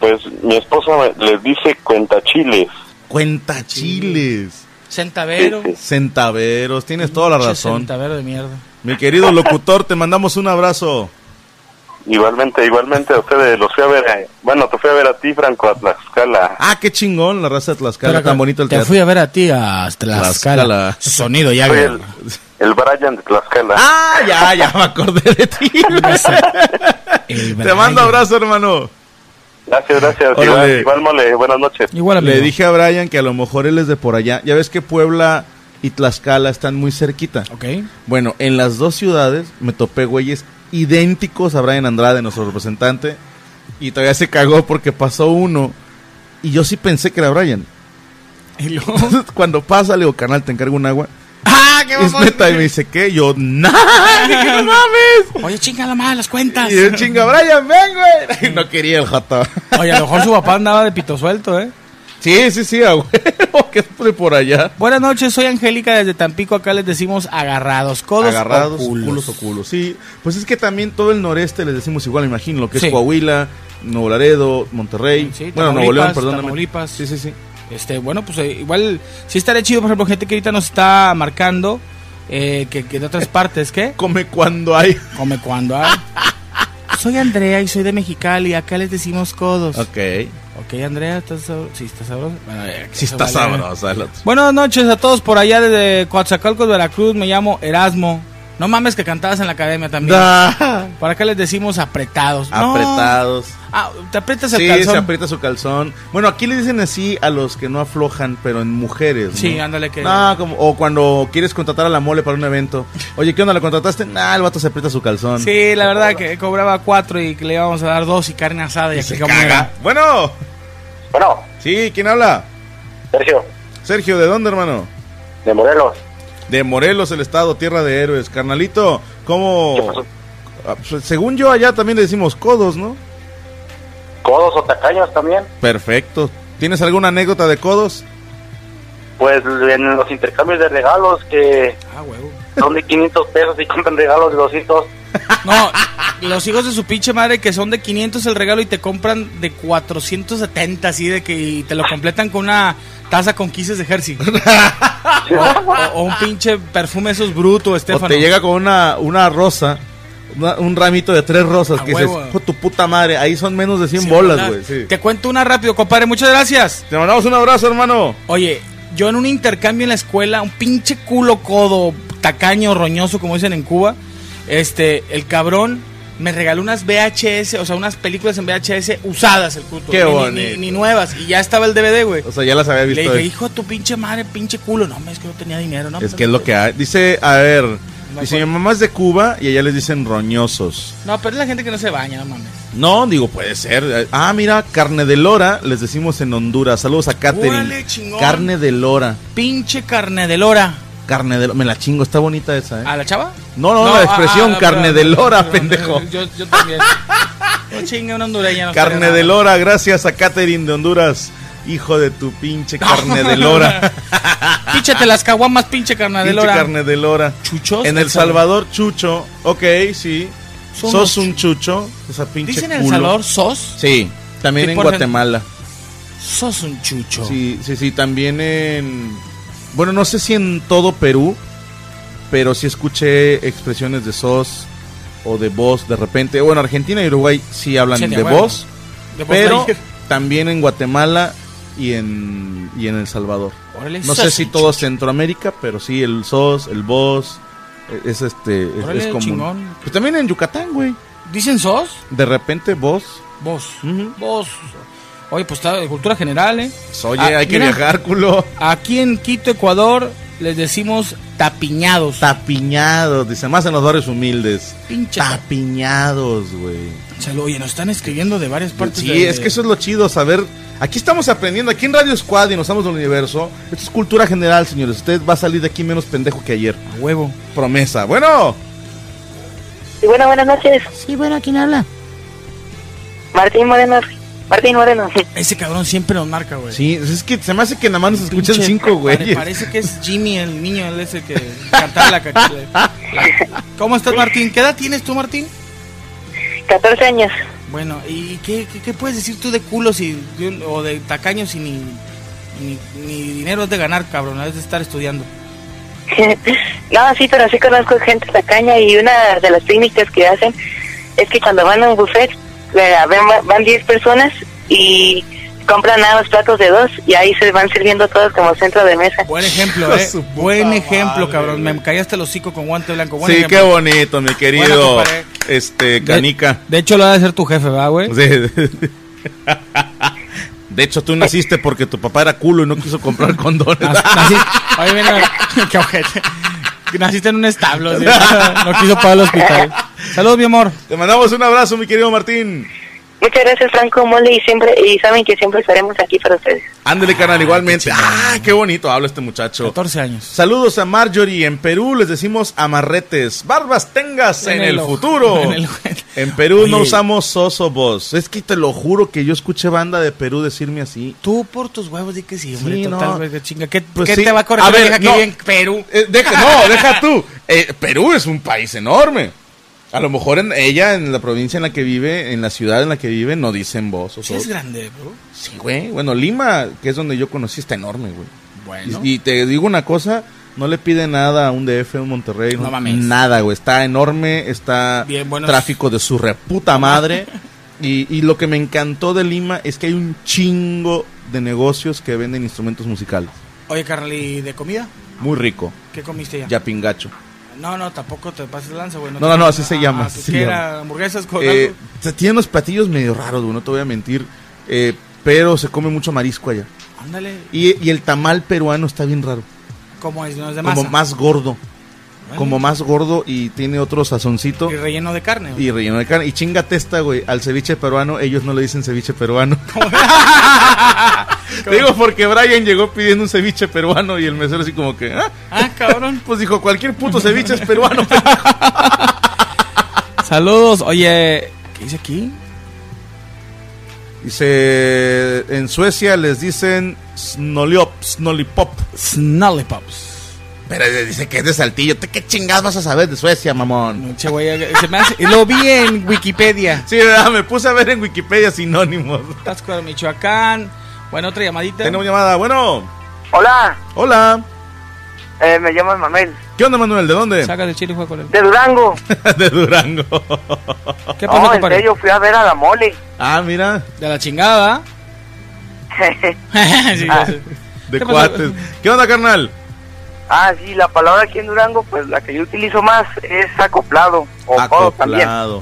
S8: Pues mi esposa me- les dice cuenta chiles.
S4: Cuenta chiles.
S5: Centavero.
S8: Sí,
S4: Centaveros, tienes toda la
S5: Pinche
S4: razón.
S5: Centavero de mierda.
S4: Mi querido locutor, te mandamos un abrazo.
S8: Igualmente, igualmente a ustedes los fui a ver. eh, Bueno, te fui a ver a ti, Franco, a Tlaxcala.
S4: Ah, qué chingón, la raza de Tlaxcala,
S5: Pero
S4: tan bonito el
S5: Te
S4: teatro.
S5: fui a ver a ti a Tlaxcala.
S4: Tlaxcala.
S5: Sonido ya,
S8: Soy
S5: güey.
S8: el, el Brian de Tlaxcala.
S4: Ah, ya, ya me acordé de ti. güey.
S5: El
S4: te
S5: Brian.
S4: mando abrazo, hermano.
S8: Gracias, gracias.
S4: Órale.
S8: Igual, igual, mole. Buenas noches.
S5: Igual amigo.
S4: Le dije a Brian que a lo mejor él es de por allá. Ya ves que Puebla y Tlaxcala están muy cerquita.
S5: Ok.
S4: Bueno, en las dos ciudades me topé güeyes idénticos a Brian Andrade, nuestro representante, y todavía se cagó porque pasó uno y yo sí pensé que era
S5: [laughs]
S4: Brian.
S5: Y luego-
S4: Entonces, cuando pasa, le digo, carnal, te encargo un agua.
S5: ¡Ah, qué
S4: Es
S5: mamón!
S4: neta, y me dice, ¿qué? Yo, ¡nah! [laughs] Dije, ¡No
S5: [laughs]
S4: mames!
S5: Oye, chinga la madre, las cuentas.
S4: Y yo, chinga, Brian, ven, güey. [laughs] Y No quería el jato.
S5: Oye, a lo mejor su papá andaba de pito suelto, ¿eh?
S4: Sí, sí, sí, a [laughs] huevo, que es de por allá.
S5: Buenas noches, soy Angélica desde Tampico. Acá les decimos agarrados, codos
S4: agarrados,
S5: o
S4: culos. o culos. Sí, pues es que también todo el noreste les decimos igual, me imagino, lo que
S5: Sí.
S4: es Coahuila, Nuevo Laredo, Monterrey.
S5: Sí,
S4: bueno,
S5: Tamaulipas,
S4: Nuevo León, perdóname.
S5: Tamaulipas.
S4: Sí, sí, sí.
S5: Este, bueno, pues eh, igual sí estaría chido, por ejemplo, gente que ahorita nos está marcando eh, que, que de otras partes, ¿qué?
S4: Come cuando hay.
S5: Come cuando hay. Soy Andrea y soy de Mexicali, acá les decimos codos. Ok,
S4: Ok.
S5: Andrea, ¿estás sab- sí, estás sabroso? Bueno, eh, que
S4: Sí
S5: eso
S4: está
S5: vale.
S4: sabrosa el otro.
S5: Buenas noches a todos por allá desde Coatzacalcos, Veracruz. Me llamo Erasmo. No mames que cantabas en la academia también.
S4: Da.
S5: ¿Para qué les decimos apretados? No.
S4: Apretados.
S5: Ah, te aprietas el
S4: Sí,
S5: calzón.
S4: se aprieta su calzón. Bueno, aquí le dicen así a los que no aflojan, pero en mujeres. ¿no?
S5: Sí, ándale que-
S4: Ah, como- o cuando quieres contratar a la mole para un evento. Oye, ¿qué onda? ¿La contrataste? Nah, el vato se aprieta su calzón.
S5: Sí, la verdad que cobraba cuatro y que le íbamos a dar dos y carne asada y, aquí como
S4: Caga. Bueno,
S8: Bueno,
S4: sí, ¿quién habla?
S8: Sergio,
S4: Sergio, ¿de dónde, hermano?
S8: de Morelos.
S4: De Morelos, el estado, tierra de héroes. Carnalito, ¿cómo?
S8: ¿Qué pasó?
S4: Ah, pues, Según yo, allá también le decimos codos, ¿no?
S8: Codos o tacaños también.
S4: Perfecto. ¿Tienes alguna anécdota de codos?
S8: Pues en los intercambios de regalos que
S5: era. Ah, huevo.
S8: son de 500 pesos y compran regalos de 200.
S5: No, los hijos de su pinche madre que son de 500 el regalo y te compran de 470 así de que y te lo completan con una taza con quises de
S4: [laughs]
S5: Jersey. O, o- o un pinche perfume esos brutos,
S4: O
S5: Estefano.
S4: te llega con una, una rosa, una- un ramito de tres rosas
S5: A
S4: que dices,
S5: huevo.
S4: "Hijo de tu puta madre, ahí son menos de 100
S5: Sí,
S4: bolas,
S5: ¿verdad?
S4: güey. sí.
S5: Te cuento una rápido, compadre. Muchas gracias.
S4: Te mandamos un abrazo, hermano.
S5: Oye, yo en un intercambio en la escuela, un pinche culo codo, tacaño, roñoso, como dicen en Cuba, este, el cabrón me regaló unas VHS, o sea, unas películas en VHS usadas, el puto.
S4: Qué
S5: Ni- ni-
S4: bonito.
S5: Ni, ni nuevas. Y ya estaba el DVD, güey.
S4: O sea, ya las había
S5: Le
S4: visto.
S5: dije,
S4: es-
S5: hijo de tu pinche madre, pinche culo. No, hombre, es que no tenía dinero, ¿no?
S4: es que es lo que hay. Dice, a ver,
S5: No
S4: dice,
S5: acuerdo.
S4: mi mamá es de Cuba y allá les dicen roñosos.
S5: No, pero es la gente que no se baña, no mames.
S4: No, digo, puede ser. Ah, mira, carne de lora, les decimos en Honduras. Saludos a Katherine.
S5: Órale, chingón.
S4: Carne de lora.
S5: Pinche carne de lora.
S4: Carne de lora. Me la chingo, está bonita esa, ¿eh?
S5: ¿A la chava?
S4: No, no, la expresión,
S5: ah, ah,
S4: carne
S5: perdón,
S4: de
S5: perdón,
S4: lora,
S5: perdón,
S4: pendejo.
S5: Yo, yo también. [laughs] No chingue una hondureña. no
S4: Carne
S5: sabe
S4: de
S5: nada.
S4: lora, gracias a Katherine de Honduras. Hijo de tu pinche carne de lora.
S5: [laughs] Píchate las caguamas, pinche carne de
S4: pinche
S5: lora.
S4: carne de lora.
S5: Chuchos.
S4: En El Salvador, chucho. Ok, sí.
S5: Son
S4: Sos
S5: los
S4: un chucho. Esa pinche
S5: Dicen en El
S4: culo.
S5: Salvador, sos.
S4: Sí. También
S5: Sí,
S4: en
S5: por-
S4: Guatemala.
S5: Sos un chucho.
S4: Sí, sí, sí. También en. Bueno, no sé si en todo Perú. Pero sí escuché expresiones de sos o de voz de repente. Bueno, Argentina y Uruguay sí hablan
S5: Sí, de
S4: de
S5: huevo.
S4: voz.
S5: De Costa
S4: Pero
S5: Rica.
S4: también en Guatemala y en, y en El Salvador.
S5: Órale,
S4: No
S5: sos
S4: sé si
S5: un
S4: todo
S5: chucho.
S4: Centroamérica, pero sí, el SOS, el BOS, eh, es este, es-
S5: Órale,
S4: es, común.
S5: chingón.
S4: Pues también en Yucatán, güey.
S5: ¿Dicen sos?
S4: De repente BOS.
S5: Vos.
S4: Ujú. Pues,
S5: Vos. Oye, pues está de cultura general, ¿eh?
S4: Oye,
S5: Ah,
S4: hay que
S5: mira,
S4: viajar, culo.
S5: Aquí en Quito, Ecuador, les decimos tapiñados.
S4: Tapiñados, dice, más en los barrios humildes.
S5: Pinche
S4: Tapiñados, güey.
S5: Chalo, oye, nos están escribiendo de varias partes.
S4: Sí,
S5: de-
S4: es que eso es lo chido, saber. Aquí estamos aprendiendo, aquí en Radio Squad y nos estamos del universo. Esto es cultura general, señores. Usted va a salir de aquí menos pendejo que ayer.
S5: A huevo.
S4: Promesa. Bueno,
S9: Sí, bueno, buenas noches.
S10: Sí, bueno, ¿quién habla?
S9: Martín Moreno. Martín Moreno.
S5: Ese cabrón siempre nos marca, güey.
S4: sí, es que se me hace que nada más nos escuchan
S5: Pues Pinche-
S4: cinco, güey.
S5: pare- parece que es Jimmy, el niño el ese que cantaba
S4: [laughs]
S5: la cachila. ¿Cómo estás, Martín? ¿Qué edad tienes tú, Martín?
S9: 14 años. [laughs]
S5: Bueno, ¿y qué, qué, qué puedes decir tú de culos y, de- o de tacaños y ni, ni, ni dinero es de ganar, cabrón? Es de estar estudiando.
S9: no, sí, pero sí conozco gente tacaña y una de las técnicas que hacen es que cuando van a un buffet, eh, ven- van 10 personas y compran nada más platos de dos y ahí se van sirviendo todos como centro de mesa.
S5: Buen ejemplo,
S4: Hijo de
S5: ¿eh?
S4: su puta
S5: Buen ejemplo,
S4: madre,
S5: cabrón.
S4: güey.
S5: Me callaste el hocico con guante blanco. Buen
S4: Sí,
S5: ejemplo.
S4: qué bonito, mi querido.
S5: Bueno, compadre.
S4: este,
S5: De- ¿Eh?
S4: Canica.
S5: De, hecho, lo ha de ser tu jefe, ¿verdad, güey?
S4: Sí. De, hecho, tú naciste porque tu papá era culo y no quiso comprar condones. [laughs]
S5: Ah. Naci- Oye, mira, [laughs] qué ojete. Naciste en un establo, ¿sí? no quiso pagar el hospital. Saludos, mi amor.
S4: Te mandamos un abrazo, mi querido Martín.
S9: Muchas gracias, Franco Mole, y siempre y saben que siempre estaremos aquí para ustedes.
S4: Ándele, canal, igualmente. ah, qué bonito habla este muchacho.
S5: 14 años.
S4: Saludos a Marjorie. En Perú les decimos amarretes. Barbas tengas en,
S5: En
S4: el,
S5: el ojo. [laughs]
S4: futuro. En,
S5: En el-
S4: Perú no
S5: Oye.
S4: usamos sosobos. Es que te lo juro que yo escuché banda de Perú decirme así.
S5: Tú por tus huevos di que sí, hombre.
S4: Sí,
S5: total,
S4: no.
S5: güey, qué chinga. ¿Qué,
S4: Pues
S5: qué
S4: sí.
S5: te va a correr
S4: A ver,
S5: aquí
S4: no.
S5: en Perú?
S4: Eh, deja- no, deja tú. Eh, Perú es un país enorme. A lo mejor en ella, en la provincia en la que vive, en la ciudad en la que vive, no dicen vos. O
S5: Sí
S4: sos.
S5: es grande, bro.
S4: Sí, güey. Bueno, Lima, que es donde yo conocí, está enorme, güey.
S5: Bueno.
S4: Y, y te digo una cosa, no le pide nada a un DF, un Monterrey,
S5: No
S4: no-
S5: mames.
S4: nada, güey. Está enorme, está
S5: Bien, buenos-
S4: tráfico de su reputa madre. y, y lo que me encantó de Lima es que hay un chingo de negocios que venden instrumentos musicales.
S5: Oye, Carly, ¿de comida?
S4: Muy rico.
S5: ¿Qué comiste ya?
S4: Yapingacho.
S5: No, no, tampoco te pases lanza, güey.
S4: No, no, no, así se llama,
S5: pues,
S4: así
S5: ¿qué
S4: se
S5: era?
S4: llama.
S5: hamburguesas con
S4: Eh,
S5: algo?
S4: se tiene unos platillos medio raros, güey, no te voy a mentir. eh, pero se come mucho marisco allá.
S5: Ándale,
S4: Y, y el tamal peruano está bien raro.
S5: como es, no es de
S4: como
S5: masa.
S4: más gordo.
S5: Ándale.
S4: Como más gordo y tiene otro sazoncito.
S5: Y relleno de carne, güey.
S4: Y relleno de carne. Y chinga testa, güey. Al ceviche peruano, ellos no le dicen ceviche
S5: [laughs]
S4: peruano. Te [laughs] digo porque Brian llegó pidiendo un ceviche peruano y el mesero así como que... "Ah".
S5: Ah, cabrón.
S4: Pues dijo, cualquier puto ceviche es
S5: [laughs]
S4: peruano.
S5: Saludos, oye, ¿qué dice aquí?
S4: Dice, en Suecia les dicen snoliop, snolipop.
S5: Snollipops.
S4: Pero dice que es de Saltillo. ¿Tú qué chingadas vas a saber de Suecia, mamón?
S5: Che, güey, se me hace- Lo vi en Wikipedia.
S4: Sí, ¿verdad? me puse a ver en Wikipedia sinónimos.
S5: Tasco de Michoacán. Bueno, otra llamadita.
S4: Tenemos llamada. Bueno,
S7: Hola,
S4: hola.
S7: eh, me llamo Mamel,
S4: ¿Qué onda, Manuel? ¿De dónde?
S5: Saca del chile y juega con él.
S7: de Durango.
S4: [laughs] de Durango.
S5: ¿Qué pasó,
S7: No, en
S5: compadre?
S7: serio, fui a ver a la mole. [laughs]
S4: ah, mira.
S5: De la chingada. [laughs] Sí, ya sé.
S4: De
S5: ¿Qué pasó?
S4: cuates. ¿Qué onda, carnal?
S7: ah, sí, la palabra aquí en Durango, pues la que yo utilizo más es acoplado o codo también.
S4: acoplado.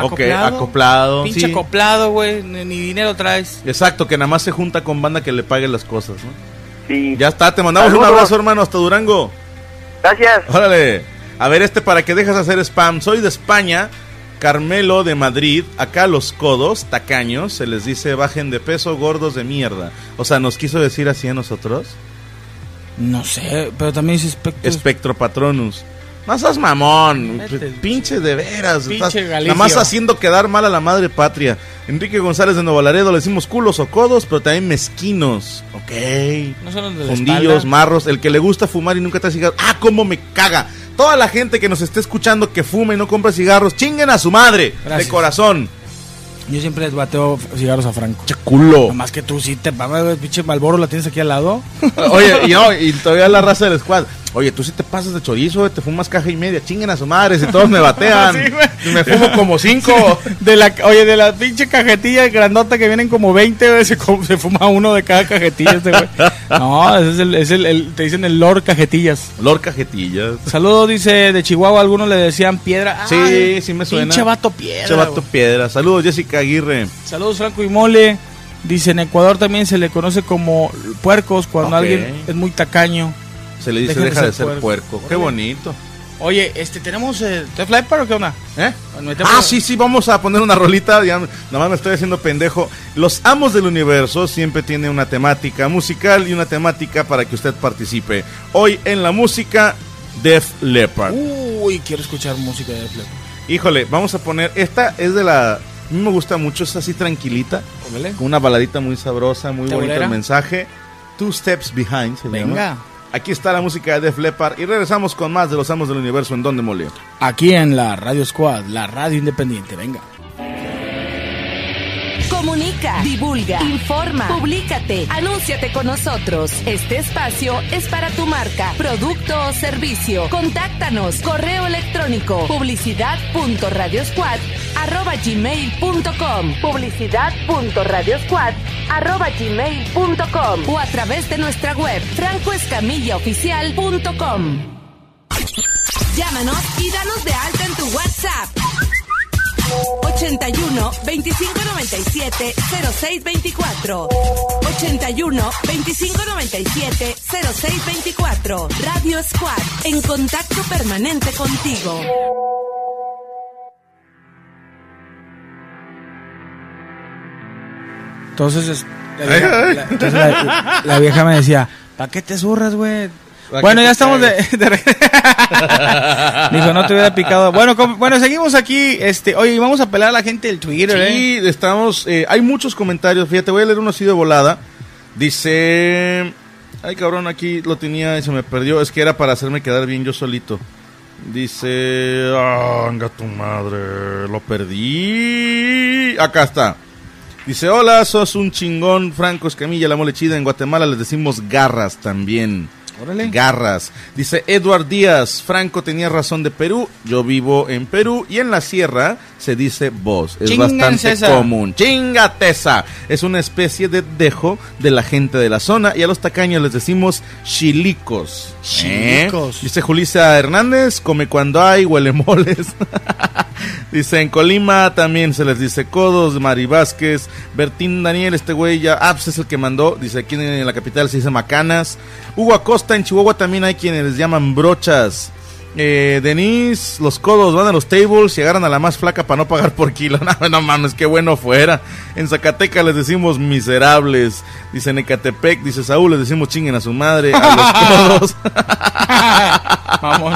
S4: Ok,
S5: Acoplado.
S4: acoplado.
S5: Pinche
S4: sí.
S5: acoplado, güey. Ni, ni dinero traes.
S4: Exacto, que nada más se junta con banda que le pague las cosas. ¿no?
S7: Sí.
S4: Ya está, te mandamos
S7: Saludos.
S4: un abrazo, hermano, hasta Durango.
S7: Gracias.
S4: Órale. A ver, este para que dejas hacer spam. Soy de España, Carmelo de Madrid. Acá los codos, tacaños, se les dice bajen de peso, gordos de mierda. O sea, nos quiso decir así a nosotros.
S5: No sé, pero también pues, dice espectro.
S4: Espectro Patronus. No seas mamón,
S5: Vete.
S4: pinche de veras.
S5: Pinche
S4: estás nada
S5: Galicio.
S4: más haciendo quedar mal a la madre patria. Enrique González de Nuevo Laredo le decimos culos o codos, pero también mezquinos. Ok.
S5: no son los de la
S4: Fundillos,
S5: espalda.
S4: marros, el que le gusta fumar y nunca trae cigarros. ¡Ah, cómo me caga! Toda la gente que nos esté escuchando que fuma y no compra cigarros, chinguen a su madre.
S5: Gracias.
S4: De corazón.
S5: Yo siempre les bateo cigarros a Franco.
S4: Che culo.
S5: Nomás que tú sí te mamas, güey, pinche Malboro la tienes aquí al lado.
S4: Oye, y, no, y todavía la raza del squad. Oye, tú si te pasas de chorizo, te fumas caja y media. Chinguen a su madre si
S5: [laughs]
S4: todos me batean.
S5: Sí, güey.
S4: Y me fumo como cinco.
S5: De la, oye, de la pinche cajetilla grandota que vienen como 20 veces, como se fuma uno de cada cajetilla este güey. No, ese es el, es el, el- te dicen el Lord Cajetillas.
S4: Lor cajetillas.
S5: Saludos, dice de Chihuahua, algunos le decían piedra.
S4: Sí,
S5: Ay,
S4: sí me suena.
S5: Pinche vato piedra.
S4: Che vato
S5: güey.
S4: piedra. Saludos, Jessica Aguirre.
S5: Saludos, Franco y Mole. Dice en Ecuador también se le conoce como puercos cuando
S4: Ok.
S5: alguien es muy tacaño.
S4: Se le dice,
S5: Dejen de
S4: deja de
S5: ser
S4: ser
S5: puerco".
S4: puerco. Qué
S5: Órale.
S4: bonito.
S5: Oye, este, ¿tenemos eh, ¿te fly para o qué onda?
S4: ¿Eh?
S5: Bueno, metemos-
S4: Ah, sí, sí, vamos a poner una rolita. Ya, nomás me estoy haciendo pendejo. Los amos del universo siempre tienen una temática musical y una temática para que usted participe. Hoy en la música, Def Leppard.
S5: Uh. Uy, quiero escuchar música de Fleck.
S4: Híjole, vamos a poner. Esta es de la. A mí me gusta mucho, es así tranquilita.
S5: Órale.
S4: Con una baladita muy sabrosa, muy bonito
S5: ¿Tebolera?
S4: el mensaje. Two Steps Behind se
S5: Venga.
S4: llama. Aquí está la música de Def Leppard y regresamos con más de los amos del universo en Donde Mole.
S5: Aquí en la Radio Squad, la radio independiente, venga.
S10: Comunica, divulga, informa, públicate, anúnciate con nosotros. Este espacio es para tu marca, producto o servicio. Contáctanos, correo electrónico, publicidad.radiosquad, arroba gmail.com, publicidad.radiosquad, arroba gmail.com o a través de nuestra web, francoescamillaoficial.com. Llámanos y danos de alta en tu WhatsApp. 81 25 97 06 24 81 25 97 06 24 Radio Squad en contacto permanente contigo
S5: Entonces, es- la, vieja, la- entonces la- la vieja me decía, ¿para qué te zurras, güey?
S4: Pa'
S5: Bueno,
S4: que
S5: ya
S4: te
S5: estamos de, de
S4: [laughs]
S5: reg- Dijo, no te hubiera picado. Bueno, com- bueno, seguimos aquí. Este, oye, y vamos a pelar a la gente del Twitter, ¿eh?
S4: Sí, estamos. eh, hay muchos comentarios. Fíjate, voy a leer uno así de volada. Dice. Ay, cabrón, aquí lo tenía y se me perdió. Es que era para hacerme quedar bien yo solito. Dice. Ah, venga tu madre! Lo perdí. Acá está. Dice: Hola, sos un chingón. Franco Escamilla, la mole chida. En Guatemala les decimos garras también.
S5: Órale.
S4: Garras. Dice Edward Díaz, Franco tenía razón de Perú, yo vivo en Perú y en la sierra se dice voz. Es
S5: Chingan
S4: bastante
S5: esa.
S4: común. ¡Chingatesa! Es una especie de dejo de la gente de la zona y a los tacaños les decimos chilicos. ¿Eh?
S5: Chilicos.
S4: Dice Julisa Hernández, come cuando hay, huele [laughs] moles. Dice, en Colima también se les dice codos, Mari Vázquez, Bertín Daniel, este güey ya, ah, pues es el que mandó, dice, aquí en la capital se dice macanas. Hugo Acosta, en Chihuahua también hay quienes les llaman brochas. Eh, Denise, los codos van a los tables y agarran a la más flaca para no pagar por kilo. [laughs] No, no mames, qué bueno fuera. En Zacatecas les decimos miserables. Dice en Ecatepec, dice Saúl, les decimos chinguen a su madre, a los codos.
S5: Mamón.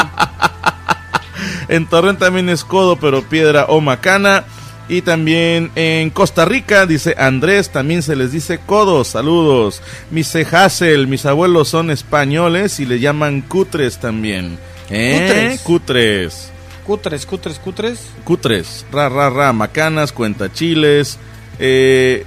S4: En Torreón también es codo, pero piedra o macana. Y también en Costa Rica, dice Andrés, también se les dice codos, saludos. Mis Hassel, mis abuelos son españoles y le llaman cutres también. ¿Eh?
S5: Cutres.
S4: Cutres.
S5: [laughs] Cutres, cutres, cutres.
S4: Cutres. Ra, ra, ra, macanas, cuentachiles. Eh,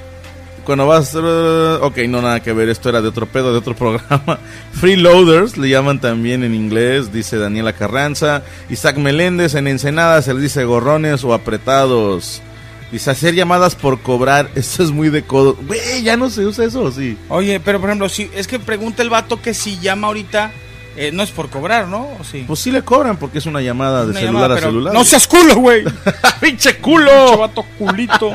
S4: cuando vas... eh, Ok, no nada que ver, esto era de otro pedo, de otro [laughs] programa. Freeloaders, le llaman también en inglés, dice Daniela Carranza. Isaac Meléndez, en Ensenada se les dice gorrones o apretados. Dice hacer llamadas por cobrar, [laughs] esto es muy de codo. Güey, ya no se usa eso, ¿o sí.
S5: Oye, pero por ejemplo, si es que pregunta el vato que si llama ahorita, eh, no es por cobrar, ¿no? ¿O sí?
S4: Pues sí le cobran porque es una llamada de
S5: Una
S4: celular
S5: llamada,
S4: a
S5: pero
S4: celular.
S5: No seas culo,
S4: [laughs]
S5: güey.
S4: pinche
S5: Pinche
S4: culo!
S5: vato
S4: [laughs]
S5: culito.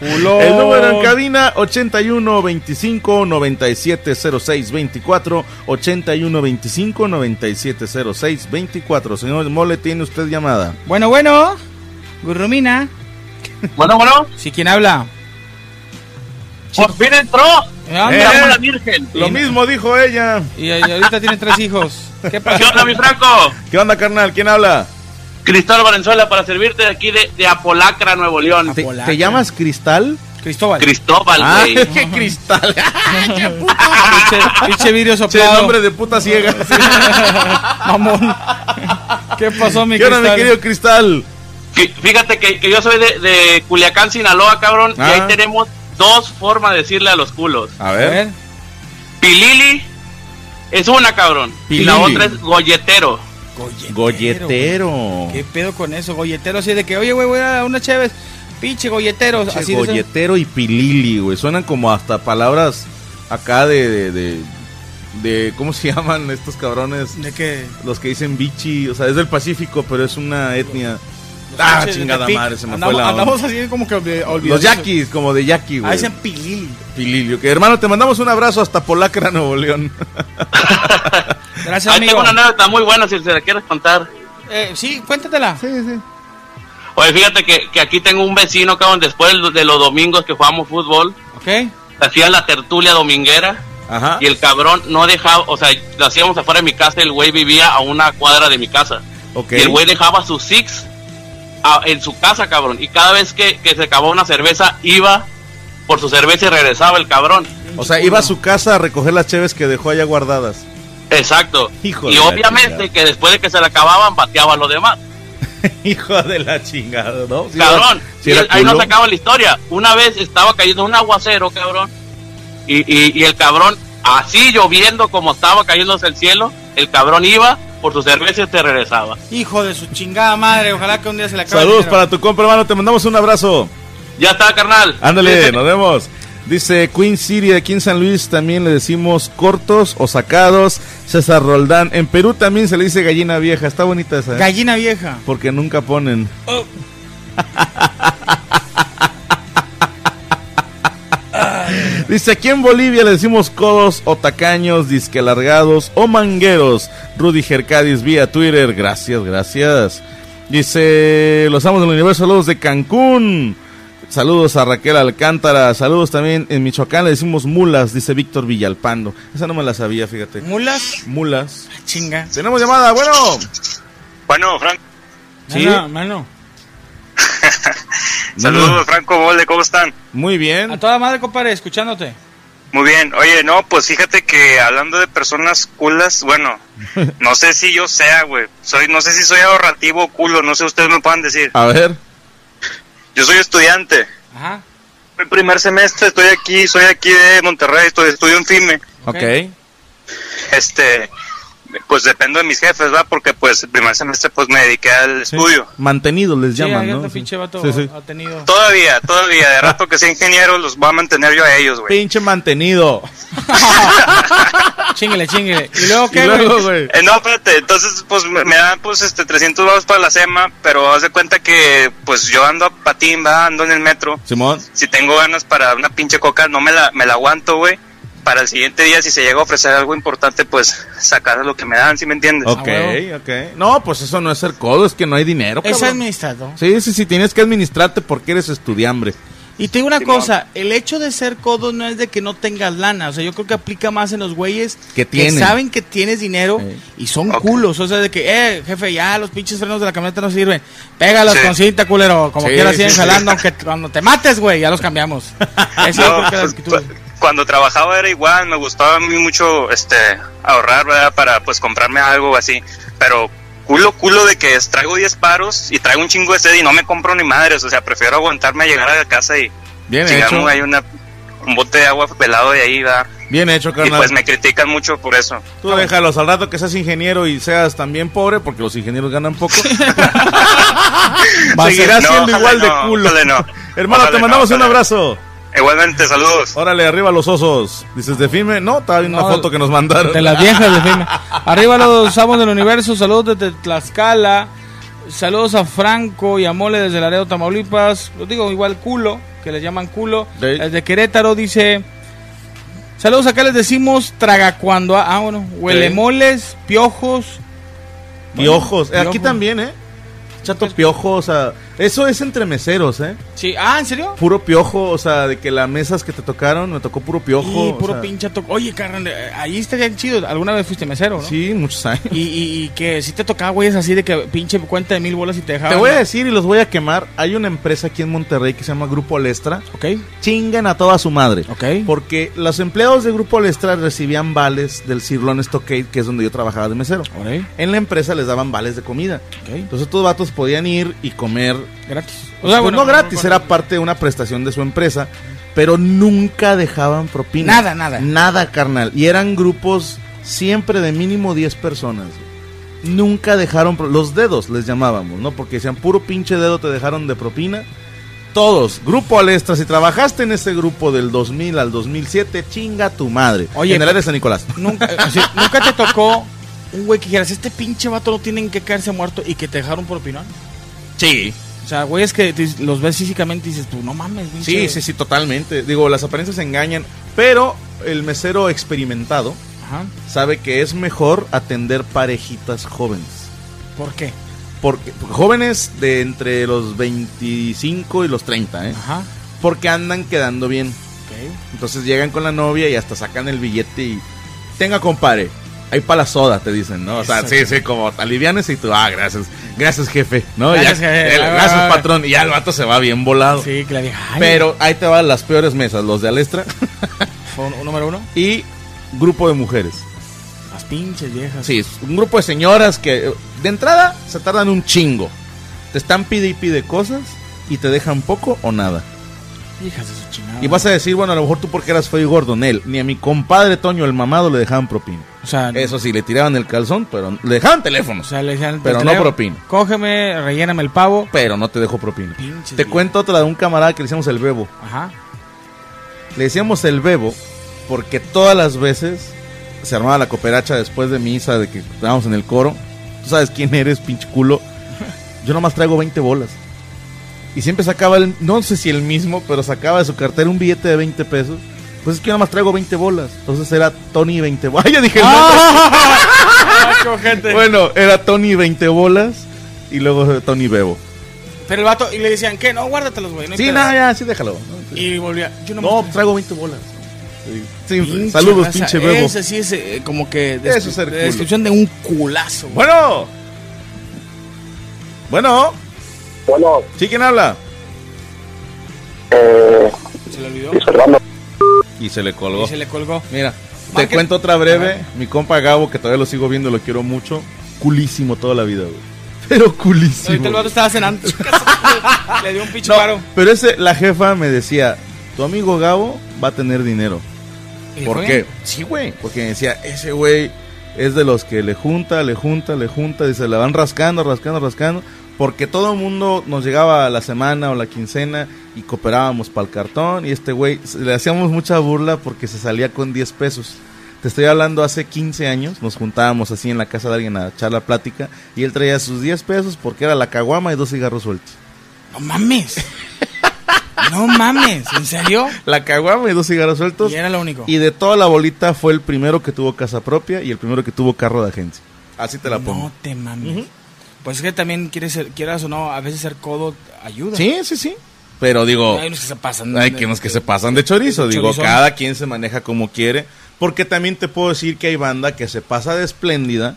S5: Culo.
S4: El número en cabina 81 25 97 06 24 81 25 97 06 24. Señor Mole, tiene usted llamada.
S5: Bueno, bueno. Gurrumina.
S11: Bueno, bueno,
S5: Si quien habla.
S11: por fin entró.
S4: Eh.
S5: Anda.
S11: Llamo a la Virgen.
S4: Lo mismo dijo ella.
S5: Y, y ahorita tiene tres hijos. ¿Qué [laughs]
S11: ¿Qué
S5: pasó?
S11: onda, mi Franco?
S4: ¿Qué onda, carnal? ¿Quién habla?
S11: Cristóbal Valenzuela para servirte de aquí de, de Apolacra, Nuevo León.
S4: ¿Te,
S5: Polaca.
S4: te llamas Cristal?
S5: Cristóbal.
S11: Cristóbal,
S4: Ah,
S11: güey.
S4: [laughs] es que Cristal.
S5: Pinche, pinche vidrio
S4: Che,
S5: soplado.
S4: nombre de puta ciega.
S5: [laughs] Mamón. ¿Qué pasó, mi
S4: ¿Qué onda, mi
S5: Cristóbal?
S4: querido Cristal?
S11: Que- Fíjate que, que yo soy de, de Culiacán, Sinaloa, cabrón.
S4: Ah.
S11: Y ahí tenemos dos formas de decirle a los culos.
S4: A
S5: A ver.
S4: ver.
S11: Pilili es una, cabrón. Y la
S4: Pilili.
S11: otra es golletero.
S5: Golletero.
S4: Golletero.
S5: ¿Qué pedo con eso? Golletero así de que, oye, güey, voy a una chévez. Pinche golletero.
S4: Che,
S5: así de ese-
S4: golletero y pilili, güey. Suenan como hasta palabras acá de, de, de, de- ¿Cómo se [laughs] llaman estos cabrones?
S5: De que.
S4: Los que dicen bichi. O sea, es del Pacífico, pero es una etnia.
S5: los
S4: Ah,
S5: pinches de
S4: chingada
S5: Tepic.
S4: madre, se me
S5: andamos,
S4: fue la onda.
S5: Andamos así como que olvid-
S4: Los
S5: olvidados.
S4: yaquis, como de yaqui,
S5: Ah,
S4: güey.
S5: dicen pilili.
S4: Pilili. ok. hermano, te mandamos un abrazo hasta Polacra, [laughs] Nuevo León. Ah,
S5: Gracias,
S11: Ahí
S5: amigo.
S11: tengo una anécdota muy buena si se la quieres contar.
S5: Eh, sí, cuéntatela.
S11: Oye, fíjate que, que aquí tengo un vecino, cabrón. Después de los domingos que jugamos fútbol,
S5: ¿Ok?
S11: hacían la tertulia dominguera.
S4: Ajá.
S11: Y el cabrón no
S6: Ah,
S11: dejaba, o sea, lo hacíamos afuera de mi casa. El güey vivía a una cuadra de mi casa.
S4: Ok.
S11: Y el güey dejaba su six a- en su casa, cabrón. Y cada vez que, que se acababa una cerveza, iba por su cerveza y regresaba el cabrón.
S4: O sea, iba a su casa a recoger las cheves que dejó allá guardadas.
S11: Exacto.
S4: Hijo
S11: y
S4: de la
S11: obviamente
S4: chingada.
S11: que después de que se la acababan, bateaba a los demás.
S4: [laughs] Hijo de la chingada, ¿no? Sí,
S11: cabrón.
S4: era- sí
S11: y
S4: era
S11: él- ahí no
S4: culo.
S11: se acaba la historia. Una vez estaba cayendo un aguacero, cabrón. Y, y- y el cabrón, así lloviendo como estaba cayéndose el cielo, el cabrón iba por su cerveza y te regresaba.
S5: Hijo de su chingada madre, ojalá que un día se la acabe.
S4: Saludos para tu compa, hermano. Te mandamos un abrazo.
S11: Ya está, carnal.
S4: Ándale,
S11: Fíjate-
S4: nos vemos. Dice Queen City, aquí en San Luis también le decimos cortos o sacados. César Roldán. En Perú también se le dice gallina vieja. Está bonita esa. ¿eh?
S5: Gallina vieja.
S4: Porque nunca ponen. [laughs] Dice, aquí en Bolivia le decimos codos o tacaños, disque largados o mangueros. Rudy Gercadis vía Twitter. Gracias, gracias. Dice, los amos del universo, saludos de Cancún. Saludos a Raquel Alcántara. Saludos también en Michoacán le decimos mulas, dice Víctor Villalpando. Esa no me la sabía, fíjate.
S5: Mulas,
S4: Mulas.
S5: chinga.
S4: Tenemos llamada, bueno.
S6: Bueno, Franco,
S4: Sí.
S5: Mano, mano.
S6: saludos, Franco Molde, ¿cómo están?
S4: Muy bien.
S5: A toda madre, compadre, escuchándote.
S6: Muy bien, oye, no, pues fíjate que hablando de personas culas, bueno, no sé si yo sea, güey, soy, no sé si soy ahorrativo o culo, no sé, ustedes me puedan decir.
S4: A ver.
S6: Yo soy estudiante,
S5: Ajá.
S6: el primer semestre estoy aquí, soy aquí de Monterrey, estoy, estudio en FIME,
S4: Ok.
S5: Ok.
S6: este, pues dependo de mis jefes, ¿va? Porque pues el primer semestre pues me dediqué al
S4: Sí.
S6: estudio.
S4: Mantenido les
S5: Sí,
S4: llaman,
S5: ahí
S4: ¿no?
S5: anda
S4: Sí.
S5: pinche vato
S4: Sí, sí.
S5: ha tenido.
S6: Todavía, todavía, de rato que sea ingeniero los voy a mantener yo a ellos, güey.
S4: Pinche mantenido.
S5: Chinguele, chinguele. Y
S4: [laughs]
S5: luego,
S4: Y
S5: ¿qué, güey?
S4: luego, güey.
S6: Eh, no, espérate, entonces pues me, me dan pues este 300 dólares para la SEMA, pero haz de cuenta que pues yo ando a patín, va, ando en el metro.
S4: Simón.
S6: Si tengo ganas para una pinche coca, no me la, me la aguanto, güey. Para el siguiente día, si se llega a ofrecer algo importante, pues sacar lo que me dan, ¿sí me entiendes?
S4: Ok,
S5: Ah, huevo.
S4: ok. No, pues eso no es ser codo, es que no hay dinero.
S5: Es
S4: cabrón.
S5: administrado.
S4: Sí, sí, sí, tienes que administrarte porque eres estudiambre.
S5: Y te digo una
S6: Simón.
S5: cosa, el hecho de ser codo no es de que no tengas lana, o sea, yo creo que aplica más en los güeyes
S4: Que tienen.
S5: saben que tienes dinero
S4: Sí.
S5: y son
S6: Ok.
S5: culos, o sea, de que, eh, jefe, ya los pinches frenos de la camioneta no sirven, pégalos
S6: Sí.
S5: con cinta, culero, como
S4: Sí,
S5: quieras,
S4: sí,
S5: siguen
S4: sí.
S5: jalando, aunque cuando te mates, güey, ya
S4: [laughs]
S5: los cambiamos. Eso yo
S6: No,
S5: creo que es la
S6: pues,
S5: actitud.
S6: cu- cuando trabajaba era igual, me gustaba a mí mucho este ahorrar, ¿verdad? Para pues comprarme algo así, pero culo culo de que es- traigo 10 paros y traigo un chingo de sed y no me compro ni madres, o sea, prefiero aguantarme a llegar a la casa y
S4: Bien hecho.
S6: chingamos hay una un bote de agua pelado de ahí, va.
S4: Bien hecho,
S6: Y
S4: carnal.
S6: pues me critican mucho por eso.
S4: Tú déjalos al rato que seas ingeniero y seas también pobre, porque los ingenieros
S6: [laughs]
S4: ganan poco.
S5: Va a
S4: Seguirás
S6: ser- No,
S4: siendo igual de
S6: ojalá no,
S4: culo.
S6: ojalá no.
S4: [laughs] Hermano,
S6: Ojalá
S4: te
S6: no,
S4: mandamos un
S6: ojalá.
S4: abrazo.
S6: Igualmente, saludos.
S4: Órale, arriba los osos. Dices, de firme. No, estaba viendo una
S5: No,
S4: foto que nos mandaron.
S5: De las viejas de firme. Arriba los amos del universo, saludos desde Tlaxcala, saludos a Franco y a Mole desde Laredo, Tamaulipas, lo digo igual culo, que les llaman culo,
S4: Sí.
S5: desde Querétaro dice, saludos acá les decimos traga cuando, ha-". ah bueno, huele
S4: Sí.
S5: moles, piojos,
S4: Piojos. Eh, aquí
S5: Piojos.
S4: también, ¿eh? Chato piojo, o sea, eso es entre meseros, ¿eh?
S5: sí, ah, ¿en serio?
S4: Puro piojo, o sea, de que las mesas que te tocaron, me tocó puro piojo.
S5: Y
S4: o
S5: puro
S4: sea,
S5: pinche toco. Oye, carnal, eh, ahí estaría chido, alguna vez fuiste mesero, ¿no?
S4: Sí, muchos años.
S5: Y, y- y que si te tocaba, güey, es así de que pinche cuenta de mil bolas y te dejaban.
S4: Te voy a decir y los voy a quemar. Hay una empresa aquí en Monterrey que se llama Grupo Lestra.
S5: Ok,
S4: Chingan a toda su madre.
S5: ok.
S4: Porque los empleados de Grupo Lestra recibían vales del Cirlón Stockade, que es donde yo trabajaba de mesero.
S5: Órale,
S4: En la empresa les daban vales de comida.
S5: ok.
S4: Entonces estos vatos podían ir y comer.
S5: Gratis.
S4: Pues, no gratis, era parte de una prestación de su empresa. Pero nunca dejaban propina.
S5: Nada, nada.
S4: Nada, carnal. Y eran grupos siempre de mínimo 10 personas. güey. Nunca dejaron. pro- Los dedos les llamábamos, ¿no? Porque decían puro pinche dedo te dejaron de propina. Todos, Grupo Alestra, si trabajaste en ese grupo del 2000 al 2007, chinga tu madre.
S5: Oye,
S4: en el área de San Nicolás. [laughs]
S5: Nunca, así, nunca te tocó un güey que dijeras, este pinche vato no tienen que caerse muerto y que te dejaron por opinón.
S4: Sí.
S5: O sea, güey, es que te- los ves físicamente y dices, tú no mames,
S4: Sí,
S5: pinche".
S4: sí, sí, totalmente. Digo, las apariencias engañan, pero el mesero experimentado
S5: Ajá.
S4: sabe que es mejor atender parejitas jóvenes.
S5: ¿Por qué?
S4: Porque, jóvenes de entre los 25 y los 30, ¿eh?
S5: Ajá.
S4: Porque andan quedando bien.
S5: Ok.
S4: Entonces llegan con la novia y hasta sacan el billete y... Tenga, compadre. Ahí para la soda, te dicen, ¿no? O sea, sí, sí, como alivianes y tú, ah, gracias. Gracias, jefe. ¿No? Y ya-
S5: Gracias, jefe.
S4: el-
S5: Ah,
S4: gracias,
S5: ah, ah.
S4: patrón. Y ya el vato se va bien volado.
S5: Sí, que la vieja. "Ay,
S4: Pero ahí te van las peores mesas, los de Alestra. [laughs]
S5: fue un- un número uno.
S4: y grupo de mujeres.
S5: Las pinches viejas.
S4: Sí, es un grupo de señoras que eh, de entrada se tardan un chingo. Te están pide y pide cosas y te dejan poco o nada.
S5: Hijas de su chingada.
S4: Y vas a decir, bueno, a lo mejor tú porque eras feo y gordo, Nel. Ni a mi compadre Toño el mamado le dejaban propina.
S5: O sea,
S4: Eso sí, le tiraban el calzón, pero le dejaban
S5: o
S4: teléfonos.
S5: sea, le decían,
S4: Pero
S5: te
S4: no
S5: leo,
S4: propina.
S5: Cógeme, relléname el pavo.
S4: Pero no te dejó propina.
S5: Pinches
S4: Te
S5: viejas.
S4: cuento otra de un camarada que le decíamos el bebo.
S5: Ajá.
S4: [laughs] Le decíamos el bebo porque todas las veces se armaba la cooperacha después de misa, de que estábamos en el coro. Tú sabes quién eres, pinche culo. Yo nomás traigo 20 bolas. Y siempre sacaba, el, no sé si el mismo, pero sacaba de su cartera un billete de 20 pesos. Pues es que yo nomás traigo 20 bolas. Entonces era Tony 20 [laughs] bolas. ya dije el
S5: Ah.
S4: [laughs]
S5: [laughs]
S4: nombre. Bueno, era Tony 20 bolas y luego Tony Bebo.
S5: Pero el vato, y le decían, ¿qué? No, guárdatelos, güey. no hay
S4: Sí,
S5: pedo".
S4: nada, ya, sí, déjalo.
S5: Y volvía, yo no
S4: No,
S5: me-
S4: traigo 20 bolas. Sí,
S5: Pinche
S4: saludos,
S5: raza,
S4: pinche Bebo.
S5: Ese sí es eh, como que
S4: Eso es ser
S5: de
S4: culo.
S5: descripción de un culazo. güey.
S4: Bueno. Bueno.
S8: Bueno,
S4: ¿Sí quién habla?
S8: eh,
S5: Se le olvidó
S8: Luis Fernando.
S4: Y se le colgó.
S5: y se le colgó.
S4: Mira,
S5: Marque-
S4: te cuento otra breve.
S5: A ver.
S4: Mi compa Gabo, que todavía lo sigo viendo, lo quiero mucho. Culísimo toda la vida, güey. Pero culísimo.
S5: Ahorita el vato estaba cenando.
S4: [laughs]
S5: le dio un pinche
S4: No,
S5: paro.
S4: pero ese, la jefa me decía, tu amigo Gabo va a tener dinero.
S5: ¿Y le
S4: ¿Por
S5: fue
S4: qué?
S5: bien?
S4: Sí, güey. Porque me decía, ese güey es de los que le junta, le junta, le junta, y se la van rascando, rascando, rascando, porque todo el mundo nos llegaba a la semana o la quincena y cooperábamos para el cartón, y este güey, se- le hacíamos mucha burla porque se salía con 10 pesos. Te estoy hablando hace 15 años, nos juntábamos así en la casa de alguien a echar la plática, y él traía sus 10 pesos porque era la caguama y dos cigarros sueltos.
S5: No mames. No mames, ¿en serio?
S4: La caguama y dos cigarros sueltos.
S5: Y era lo único.
S4: Y de toda la bolita fue el primero que tuvo casa propia y el primero que tuvo carro de agencia. Así te la pongo.
S5: No te mames. Pues es que también quieres ser, quieras o no, a veces ser codo ayuda.
S4: Sí, sí, sí. Pero digo,
S5: Hay unos que se pasan.
S4: hay quienes que se pasan de chorizo.
S5: de
S4: Digo,
S5: chorizón.
S4: cada quien se maneja como quiere. Porque también te puedo decir que hay banda que se pasa de espléndida.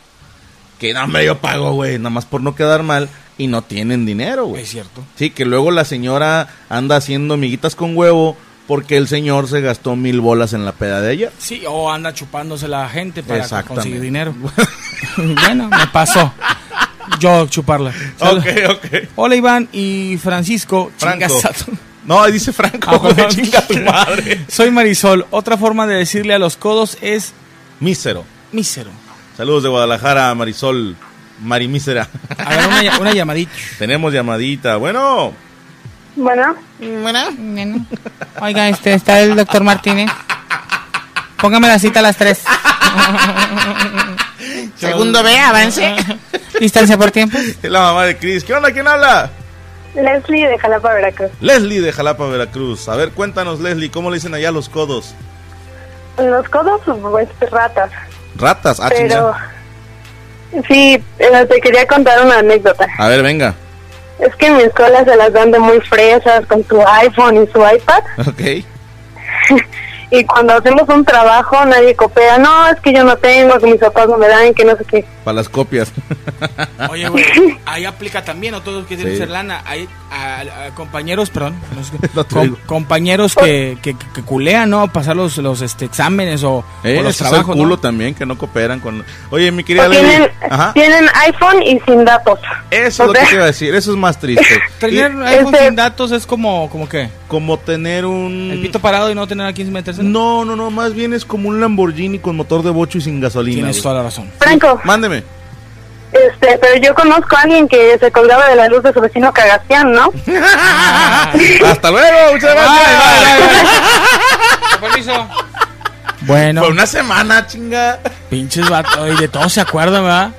S4: Que no, hombre, yo pago, güey. Nada más por no quedar mal. Y no tienen dinero, güey.
S5: Es cierto.
S4: Sí, que luego la señora anda haciendo miguitas con huevo. Porque el señor se gastó mil bolas en la peda de ella.
S5: Sí, o anda chupándose la gente para
S4: Exactamente. [laughs]
S5: conseguir dinero. bueno, me pasó. Yo chuparla.
S4: Ok, ok.
S5: Hola Iván y Francisco.
S4: Franco.
S5: Chingas a
S4: [laughs]
S5: tu-
S4: No, ahí dice Franco,
S5: Ah,
S4: güey,
S5: perdón.
S4: chinga tu madre.
S5: Soy Marisol. Otra forma de decirle a los codos es
S4: Mísero.
S5: mísero.
S4: Saludos de Guadalajara, Marisol. Marimísera.
S5: A ver, una, ll- una llamadita.
S4: [laughs] Tenemos llamadita. Bueno,
S9: Bueno,
S5: Oiga, este, está el doctor Martínez. Póngame la cita a las 3.
S4: Segundo
S5: B, avance. [laughs] Distancia por tiempo.
S4: es la mamá de Cris. ¿Qué onda? ¿Quién habla?
S9: Leslie de Jalapa, Veracruz.
S4: Leslie de Jalapa, Veracruz. A ver, cuéntanos, Leslie, ¿cómo le dicen allá los codos?
S9: Los codos, pues ratas.
S4: Ratas, ah,
S9: pero
S4: chinga.
S9: sí, eh, te quería contar una anécdota.
S4: A ver, venga. [laughs]
S9: Es que en mi escuela se las dan de muy fresas con su iPhone y su iPad.
S4: Ok.
S9: Y cuando hacemos un trabajo, nadie coopera. No, es que yo no tengo, que mis papás no me dan, que no sé qué.
S4: Para las copias.
S5: Oye, güey, ahí aplica también, o todos quieren
S4: Sí.
S5: ser lana. Hay a- a compañeros, perdón, no sé,
S4: [laughs] No te
S5: com-
S4: digo.
S5: compañeros que, que, que culean, ¿no? Pasar los, los este, exámenes o,
S4: Eh,
S5: o los
S4: esos al
S5: trabajos.
S4: culo
S5: ¿no?
S4: también, que no cooperan con... Oye, mi querida
S9: O
S4: Leslie.
S9: tienen,
S4: Ajá.
S9: tienen iPhone y sin datos.
S4: Eso es lo
S9: O
S4: que
S9: sea,
S4: te iba a decir. Eso es más
S5: [laughs]
S4: triste.
S5: Tener
S4: Y
S5: iPhone
S9: Este-
S5: sin datos es como, como qué?
S4: como tener un...
S5: El pito parado y no tener a quién meterse.
S4: No, no, no, más bien es como un Lamborghini con motor de bocho y sin gasolina.
S5: Tienes
S4: güey.
S5: toda la [laughs] razón.
S9: Franco,
S4: [laughs] Mándeme.
S9: este, pero yo conozco a alguien que se colgaba de la luz de su vecino Cagastián, ¿no?
S4: Hasta luego, muchas gracias.
S5: Con permiso. Bueno,
S4: Fue una semana, chinga.
S5: pinches vatos. Y de todo se acuerdan, ¿verdad?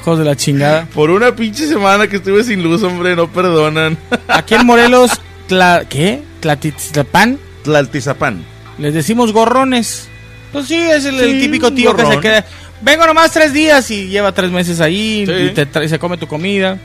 S5: Hijos de la chingada.
S4: Por una pinche semana que estuve sin luz, hombre, no perdonan. [laughs]
S5: Aquí en Morelos, tla- ¿qué? Tlatizapán,
S4: Tlaltizapán.
S5: les decimos gorrones. Pues sí, es el, el
S4: Sí,
S5: típico
S4: un
S5: tío que
S4: gorrón.
S5: se queda. Vengo nomás tres días y lleva tres meses ahí
S4: Sí.
S5: y te tra- y se come tu comida.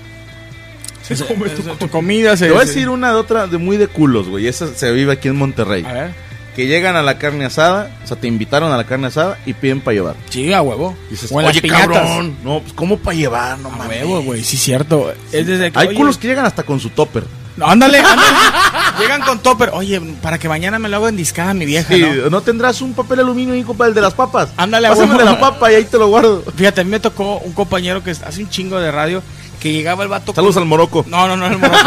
S5: Se, come tu, comida. Se,
S4: Te voy a
S5: se-
S4: decir una de otra de muy de culos, güey. Esa se vive aquí en Monterrey.
S5: A ver.
S4: Que llegan a la carne asada, o sea, te invitaron a la carne asada y piden para llevar.
S5: Sí, a huevo.
S4: Dices,
S5: O en las
S4: oye,
S5: piñatas.
S4: cabrón. No, pues, ¿cómo para llevar? No
S5: A
S4: mames.
S5: huevo, güey. Sí, cierto. Es desde que,
S4: Hay
S5: oye,
S4: culos que llegan hasta con su topper.
S5: No, ándale, [laughs] ándale. Llegan con topper. Oye, para que mañana me lo hago en discada, mi vieja.
S4: Sí,
S5: ¿no?
S4: ¿no? tendrás un papel aluminio ahí, compa, el de las papas?
S5: Ándale, a
S4: Pásame
S5: huevo.
S4: de la papa y ahí te lo guardo.
S5: Fíjate, a mí me tocó un compañero que hace un chingo de radio que llegaba el vato.
S4: Saludos al Morocco.
S5: No, no, no, el Morocco.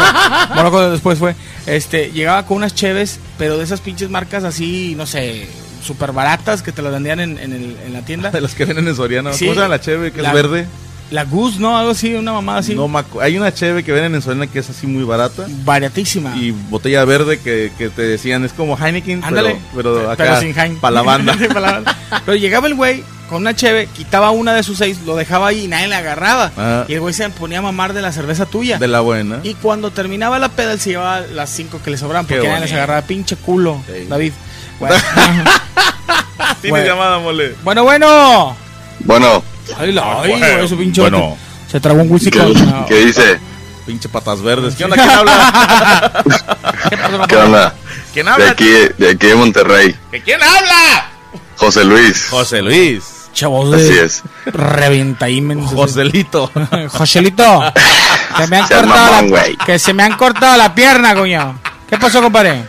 S5: Morocco después fue. Este, llegaba con unas cheves, pero de esas pinches marcas así, no sé, súper baratas que te las vendían en, en el- en la tienda.
S4: De las que venden en Soriana.
S5: Sí.
S4: ¿Cómo se llama la cheve que
S5: La- Ah,
S4: es verde?
S5: La Goose, ¿no? Algo así, una mamada así.
S4: No me acu- Hay una cheve que venden en Soriana que es así muy barata.
S5: Baratísima.
S4: Y botella verde que, que te decían, es como Heineken,
S5: Ándale.
S4: pero, pero acá,
S5: sin Jaime.
S4: pa' la banda.
S5: [laughs] Sí, pa' la banda. Pero llegaba el güey con una cheve, quitaba una de sus seis, lo dejaba ahí y nadie la agarraba.
S4: Ah.
S5: Y el güey se ponía a mamar de la cerveza
S4: [laughs]
S5: tuya.
S4: de la buena.
S5: Y cuando terminaba la peda, él se llevaba las cinco que le sobraban
S4: Qué
S5: porque nadie les
S4: bonito.
S5: agarraba. Pinche culo,
S4: Sí.
S5: David.
S4: [laughs]
S5: Bueno,
S4: Tienes
S5: Bueno.
S4: llamada, mole.
S5: bueno. bueno.
S8: Bueno,
S5: Ay, la, ay,
S4: Bueno,
S5: güey, su pinche
S4: bueno.
S5: vato. Se tragó un whisky
S8: ¿qué,
S5: con... no.
S8: qué dice?
S4: Pinche patas verdes.
S5: [laughs]
S4: ¿Qué onda? ¿Quién habla?
S5: ¿Qué pasó,
S8: ¿Qué
S5: papá?
S8: onda?
S4: ¿Quién
S8: De
S4: habla?
S8: aquí, de aquí de Monterrey,
S4: ¿Que ¿Quién habla?
S8: José Luis.
S4: José Luis.
S5: Chavos
S8: Así
S5: de
S8: es.
S5: reventaímen. [laughs]
S4: Joselito.
S5: Joselito, que
S8: [laughs]
S5: me han
S8: Seas
S5: cortado
S8: mamón,
S5: la-
S8: güey.
S5: que se me han cortado la pierna, coño. ¿Qué pasó, compadre?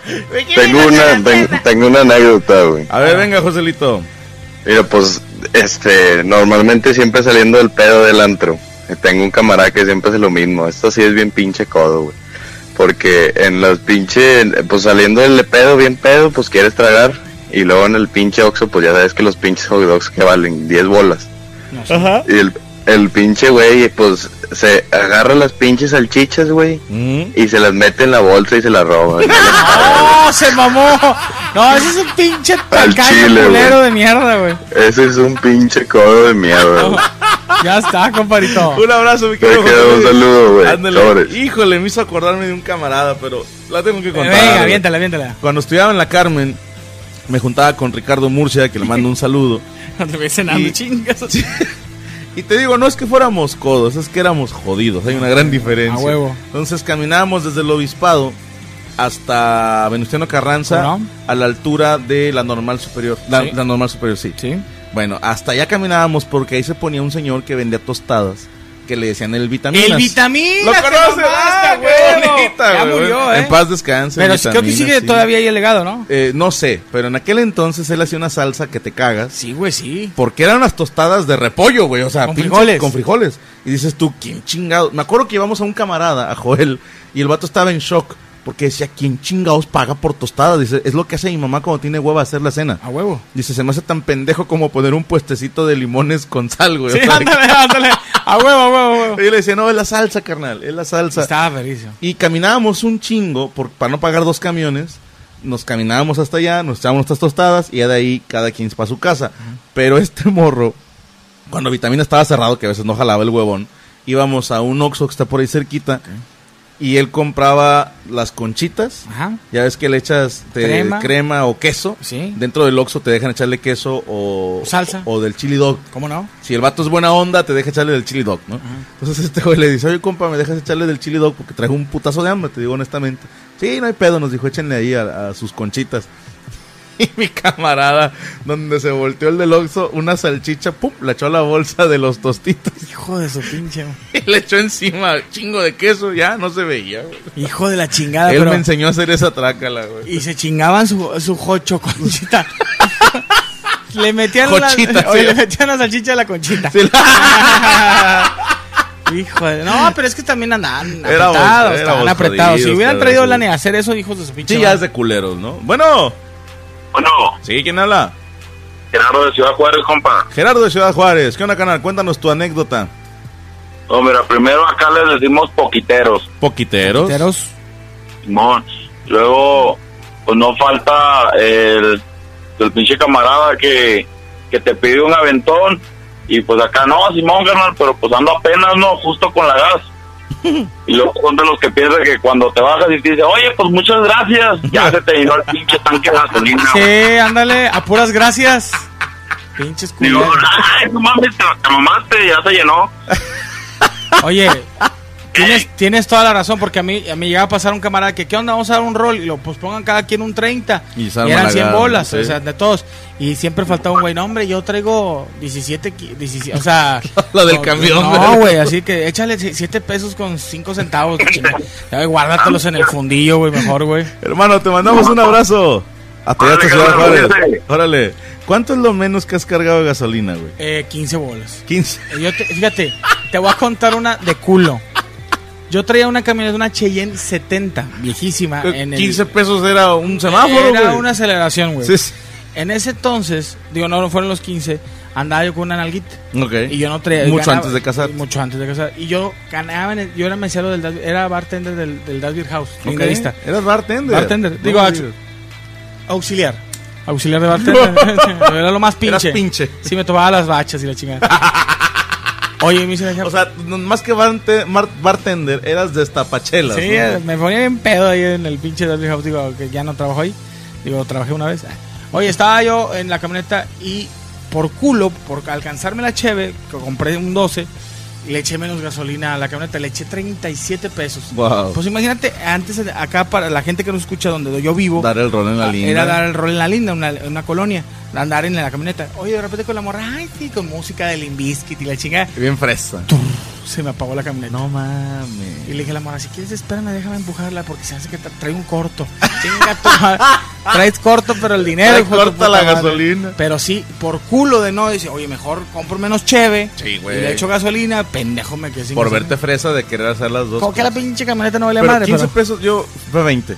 S8: Tengo una, ten- tengo una anécdota, güey.
S4: A ver, venga, Joselito.
S8: Mira, pues, este, normalmente siempre saliendo del pedo del antro. eh, Tengo un camarada que siempre hace lo mismo. Esto sí es bien pinche codo, güey. Porque en los pinche, pues saliendo del pedo, bien pedo, pues quieres tragar. Y luego en el pinche Oxxo, pues ya sabes que los pinches hot dogs que valen 10 bolas.
S5: menos.
S4: Ajá.
S8: Y el, el pinche güey, pues se agarra las pinches salchichas, güey, y se las mete en la bolsa y se
S6: [laughs]
S8: las roba. güey.
S5: ¡Oh, se mamó! No, ese es un pinche tacaño
S8: chile,
S5: culero
S8: güey.
S5: de mierda, güey.
S8: Ese es un pinche codo de mierda, güey.
S5: Ya está, compadrito.
S4: Un abrazo, mi querido.
S8: Te queda
S4: José
S8: un
S4: Luis.
S8: saludo, güey.
S4: Ándale.
S8: Sobres.
S4: Híjole, me hizo acordarme de un camarada, pero la tengo que contar.
S5: Eh, Venga,
S4: güey.
S5: aviéntala, aviéntala.
S4: Cuando estudiaba en la Carmen, me juntaba con Ricardo Murcia, que le mando un
S5: [laughs]
S4: saludo.
S5: No te voy cenando,
S4: Y-
S5: [laughs] chingas.
S4: Y te digo, no es que fuéramos codos, es que éramos jodidos. Hay una gran diferencia.
S5: A huevo.
S4: Entonces caminábamos desde el obispado hasta Venustiano Carranza,
S5: ¿Cómo no?
S4: a la altura de la normal superior. La,
S5: Sí.
S4: la normal superior, sí.
S5: Sí.
S4: Bueno, hasta allá caminábamos porque ahí se ponía un señor que vendía tostadas que le decían el vitaminas.
S5: El vitamina.
S4: Lo
S5: te
S4: conoces,
S5: mamaste,
S4: ah,
S5: güey.
S4: qué bonita,
S5: Ya
S4: güey.
S5: murió, eh.
S4: En paz descanse.
S5: Pero
S4: el
S5: creo que
S4: Vitaminas,
S5: sigue
S4: sí.
S5: todavía ahí el legado, ¿no?
S4: Eh, no sé, pero en aquel entonces él hacía una salsa que te cagas.
S5: Sí, güey, sí.
S4: Porque eran unas tostadas de repollo, güey. O sea,
S5: Con
S4: pinches-
S5: frijoles.
S4: Con frijoles. Y dices tú, ¿quién chingado? Me acuerdo que llevamos a un camarada, a Joel, y el vato estaba en shock. Porque decía, ¿quién chingados paga por tostadas? Dice, es lo que hace mi mamá cuando tiene hueva hacer la cena.
S5: A huevo.
S4: Dice, se me hace tan pendejo como poner un puestecito de limones con sal, güey.
S5: Sí,
S4: O sea,
S5: ándale, ándale. A huevo, a huevo, a huevo.
S4: y yo le decía, no, es la salsa, carnal, es la salsa.
S5: Estaba feliz.
S4: Y caminábamos un chingo por, para no pagar dos camiones. Nos caminábamos hasta allá, nos echábamos nuestras tostadas y ya de ahí cada quien para su casa. Pero este [laughs] morro, cuando Vitamina estaba cerrado, que a veces no jalaba el huevón, íbamos a un Oxxo que está por ahí cerquita y él compraba las conchitas.
S5: Ajá.
S4: Ya ves que le echas te-
S5: Crema.
S4: crema. o queso.
S5: Sí.
S4: Dentro del Oxxo te dejan echarle queso o
S5: O salsa.
S4: O, del chili dog.
S5: ¿Cómo no?
S4: Si el vato es buena onda, te deja echarle del chili dog, ¿no? Entonces este güey le dice, oye, compa, ¿me dejas echarle del chili dog? Porque traigo un putazo de hambre, te digo honestamente. Sí, no hay pedo, nos dijo, échenle ahí a, a sus conchitas. [laughs] Y mi camarada, donde se volteó el del Oxxo, una salchicha, pum, la echó a la bolsa de los tostitos [laughs]
S5: Hijo de su pinche.
S4: y le echó encima chingo de queso, ya no se veía, güey.
S5: Hijo de la chingada,
S4: Él
S5: Ah, pero-
S4: me enseñó a hacer esa trácala, güey.
S5: Y se chingaban su, su jocho conchita. le metían
S4: Jochita,
S5: la, [laughs] oye,
S4: sí.
S5: le metían la salchicha a la
S4: [laughs]
S5: conchita.
S4: Sí,
S5: [laughs] Hijo de, no, pero es que también andaban
S4: Éramos-
S5: apretados,
S4: éramos
S5: estaban apretados. Si
S4: jodidos,
S5: hubieran
S4: cabrón,
S5: traído
S4: sí.
S5: lana a hacer eso, hijos de su pinche.
S4: Sí, ya
S5: madre.
S4: es de culeros, ¿no? Bueno,
S6: Bueno,
S4: sí, ¿quién habla?
S6: Gerardo de Ciudad Juárez, compa.
S4: Gerardo de Ciudad Juárez, ¿qué onda, canal? Cuéntanos tu anécdota.
S6: No, mira, primero acá les decimos poquiteros.
S4: Poquiteros.
S5: Enteros.
S6: Simón. Luego, pues no falta el, el pinche camarada que, que te pide un aventón. Y pues acá, no, Simón, carnal, pero pues ando apenas, ¿no? Justo con la
S5: [laughs]
S6: gas. Y luego son de los que piensan que cuando te bajas y te dice, oye, pues muchas gracias, ya se te llenó el pinche tanque de gasolina. güey.
S5: Sí, ándale, a puras gracias. Pinches
S6: Digo,
S5: culeros.
S6: ay, no mames, te, te mamaste, ya se llenó.
S5: Oye, tienes, tienes toda la razón, porque a mí, a mí llegaba a pasar un camarada que, ¿qué onda? Vamos a dar un rol y lo pues pongan cada quien un 30.
S4: Y
S5: Y,
S4: se arma la
S5: eran 100
S4: garra,
S5: bolas,
S4: sí.
S5: o sea, de todos. Y siempre faltaba un güey, no, hombre, yo traigo 17, qui- 17
S4: [laughs]
S5: o sea.
S4: La del
S5: no,
S4: camión,
S5: No,
S4: ¿verdad?
S5: güey, así que échale 7 pesos con 5 centavos. chinga. Ya, Guárdatelos en el fundillo, güey, mejor, güey.
S4: Hermano, te mandamos un abrazo. Hasta
S6: Órale,
S4: allá, hasta Ciudad
S6: carnal,
S4: Juárez.
S6: cuídate.
S4: Órale. ¿Cuánto es lo menos que has cargado de gasolina, güey?
S5: Eh, 15 bolas.
S4: 15.
S5: Eh, Yo te- fíjate, te voy a contar una de culo. Yo traía una camioneta, una Cheyenne 70, viejísima. Ah,
S4: Eh,
S5: En el,
S4: 15 pesos era un semáforo,
S5: Era
S4: güey.
S5: una aceleración, güey.
S4: Sí, sí.
S5: En ese entonces, digo, no, no fueron los 15, andaba yo con una nalguita.
S4: Ok.
S5: Y yo no traía.
S4: Mucho
S5: ganaba-
S4: antes de casar.
S5: Mucho antes de casar. Y yo ganaba, en el- yo era mesero del, Das- era bartender del, del Das Beer House,
S4: Ok.
S5: lindarista.
S4: Eras bartender.
S5: Bartender.
S4: No
S5: Digo, ah,
S4: me
S5: ax-
S4: digas.
S5: Auxiliar. Auxiliar
S4: [laughs]
S5: de bartender. era lo más pinche.
S4: Eras pinche.
S5: Sí, me tomaba las bachas y
S4: [laughs]
S5: la chingada. Oye, me hice la
S4: O sea, no- más que barte- mar- bartender, eras destapachelas.
S5: Sí,
S4: ¿no?
S5: me ponía bien pedo ahí en el pinche Dolby House. Digo, que ya no trabajo ahí. Digo, trabajé una vez. Oye, estaba yo en la camioneta y por culo, por alcanzarme la cheve, que compré un 12, le eché menos gasolina a la camioneta. Le eché 37 pesos.
S4: Wow.
S5: Pues imagínate, antes acá para la gente que nos escucha donde yo vivo.
S4: Dar el rol en la línea.
S5: ah, Era dar el rol en la linda, una, una colonia, andar en la camioneta. Oye, de repente con la morra, ay, sí, con música de Limbiskit y la chingada,
S4: Bien fresa.
S5: se me apagó la camioneta.
S4: No mames.
S5: Y le dije a la morra, si quieres espérame, déjame empujarla porque se hace que tra- trae un corto. [laughs] Chinga tu madre. Traes corto, pero el dinero.
S4: Trae
S5: hijo de tu
S4: corta
S5: puta
S4: la
S5: madre.
S4: gasolina.
S5: Pero sí, por culo de no, dice, oye, mejor compro menos cheve.
S4: Sí,
S5: Y
S4: güey.
S5: le echo gasolina, pendejo me quedé sin
S4: Por
S5: gasolina.
S4: verte fresa de querer hacer las dos.
S5: Como que la pinche camioneta no vale
S4: Pero
S5: madre,
S4: 15
S5: pero...
S4: pesos, yo fue 20.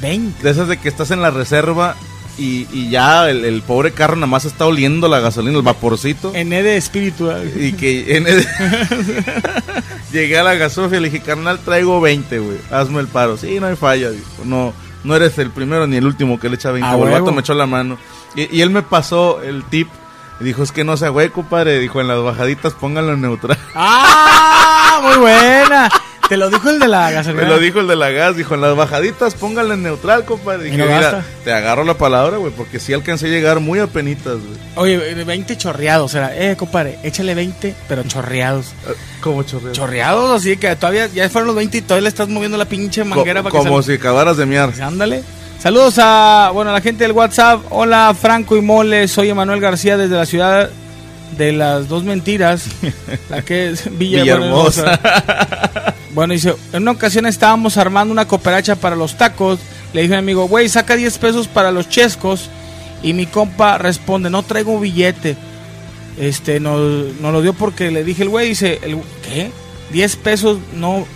S5: 20.
S4: De esas de que estás en la reserva y, y ya el, el pobre carro nada más está oliendo la gasolina, el vaporcito.
S5: En E de espíritu. ¿eh?
S4: Y que en el- [laughs] llegué a la gasofia y le dije, carnal, traigo 20, güey. Hazme el paro. Sí, no hay falla. dijo. No, no eres el primero ni el último que le echa 20.
S5: A
S4: güey. el
S5: Ah, huevo.
S4: vato me echó la mano. Y, y él me pasó el tip. Y Dijo, es que no sea güey, compadre. Dijo, en las bajaditas póngalo en neutral.
S5: ¡Ah! Muy buena. Te lo dijo el de la
S4: Me
S5: gasolina.
S4: lo dijo el de la gas. Dijo, en las bajaditas póngalo en neutral, compadre. Dije,
S5: no
S4: mira,
S5: gasta.
S4: te agarro la palabra, güey, porque sí alcancé a llegar muy apenitas, güey.
S5: Oye, eh, 20 chorreados. Era, eh, compadre, échale 20, pero chorreados.
S4: Como chorreo.
S5: Chorreados, así que todavía ya fueron los 20 y todavía le estás moviendo la pinche
S4: Co-
S5: manguera para que
S4: como
S5: salga.
S4: si acabaras de miar.
S5: Ándale. Saludos a, bueno, a la gente del WhatsApp. Hola, Franco y Mole. Soy Emanuel García desde la ciudad de las dos mentiras. La que es
S4: [laughs]
S5: Villa
S4: Villahermosa.
S5: Hermosa. Bueno, dice, en una ocasión estábamos armando una cooperacha para los tacos. Le dije a mi amigo, güey, saca 10 pesos para los chescos. Y mi compa responde, no traigo billete. Este, nos, nos lo dio porque le dije el güey, dice, el, ¿qué? 10 pesos no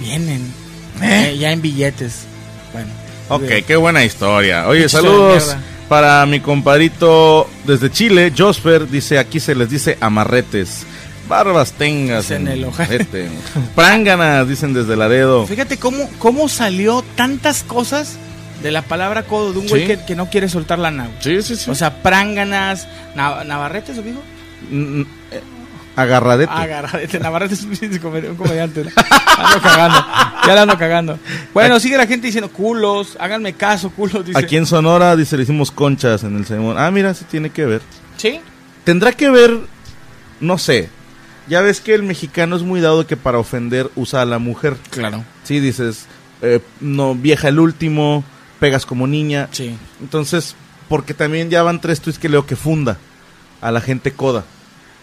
S5: vienen. Eh, ya en billetes. Bueno.
S4: Ok,
S5: Eh,
S4: qué buena historia. Oye,
S5: Pinche historia
S4: saludos
S5: de mierda.
S4: para mi compadrito desde Chile, Josper, dice, aquí se les dice amarretes. Barbas tengas
S5: Dicen el ojete.
S4: ojete. [laughs] Pránganas, dicen desde Laredo.
S5: Fíjate cómo, cómo salió tantas cosas de la palabra codo de un güey
S4: Sí.
S5: que, que no quiere soltar la nave.
S4: Sí, sí, sí.
S5: O sea, pránganas, nav- navarretes, amigo.
S4: Mm, mm, eh, agarradete.
S5: [laughs] Agarradete, navarretes es un pinche comed- un comediante. ¿no? Ando cagando, ya la ando cagando. Bueno, sigue la gente diciendo culos, háganme caso, culos. Dice.
S4: Aquí en Sonora, dice, le hicimos conchas en el sermón. Ah, mira, sí tiene que ver.
S5: Sí,
S4: Tendrá que ver, no sé. Ya ves que el mexicano es muy dado que para ofender usa a la mujer.
S5: claro.
S4: Sí, dices, eh, no, vieja el último, pegas como niña.
S5: Sí.
S4: Entonces, porque también ya van tres tweets que leo que funda a la gente coda.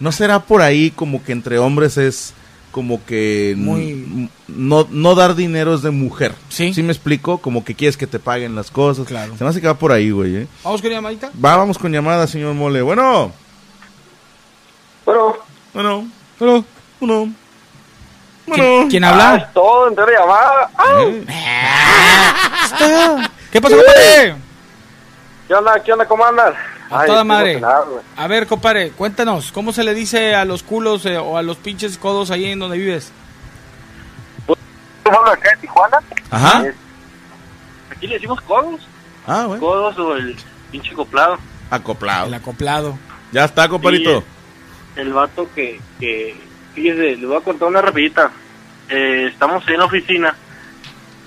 S4: ¿No será por ahí como que entre hombres es como que n-
S5: Muy-
S4: m- no, no dar dinero es de mujer?
S5: Sí.
S4: me explico? Como que quieres que te paguen las cosas.
S5: Claro.
S4: Se me hace que va por ahí, güey. ¿eh?
S5: Vamos con una llamadita.
S4: Va, vamos con llamada, señor Mole. Bueno,
S7: Bueno,
S4: bueno, bueno, bueno. Bueno,
S5: ¿Quién, quién
S7: ah,
S5: habla?
S7: es todo, entero llamada. Ah,
S4: ¿Eh?
S5: Ah, ¿Qué pasó, compadre?
S7: ¿Qué onda, qué onda, cómo andan?
S5: A
S7: Ay,
S5: toda
S7: estoy
S5: madre.
S7: emocionado, güey.
S5: A ver, compadre, cuéntanos, ¿cómo se le dice a los culos eh, o a los pinches codos ahí en donde vives?
S7: Yo hablo acá de Tijuana?
S5: Ah,
S4: Ajá.
S7: Este. Aquí le decimos codos.
S4: Ah, bueno.
S7: Codos o el pinche coplado.
S4: Acoplado.
S5: El acoplado.
S4: Ya está, compadrito.
S7: Sí, el vato que, que fíjese, le voy a contar una rapidita. Eh, estamos en la oficina,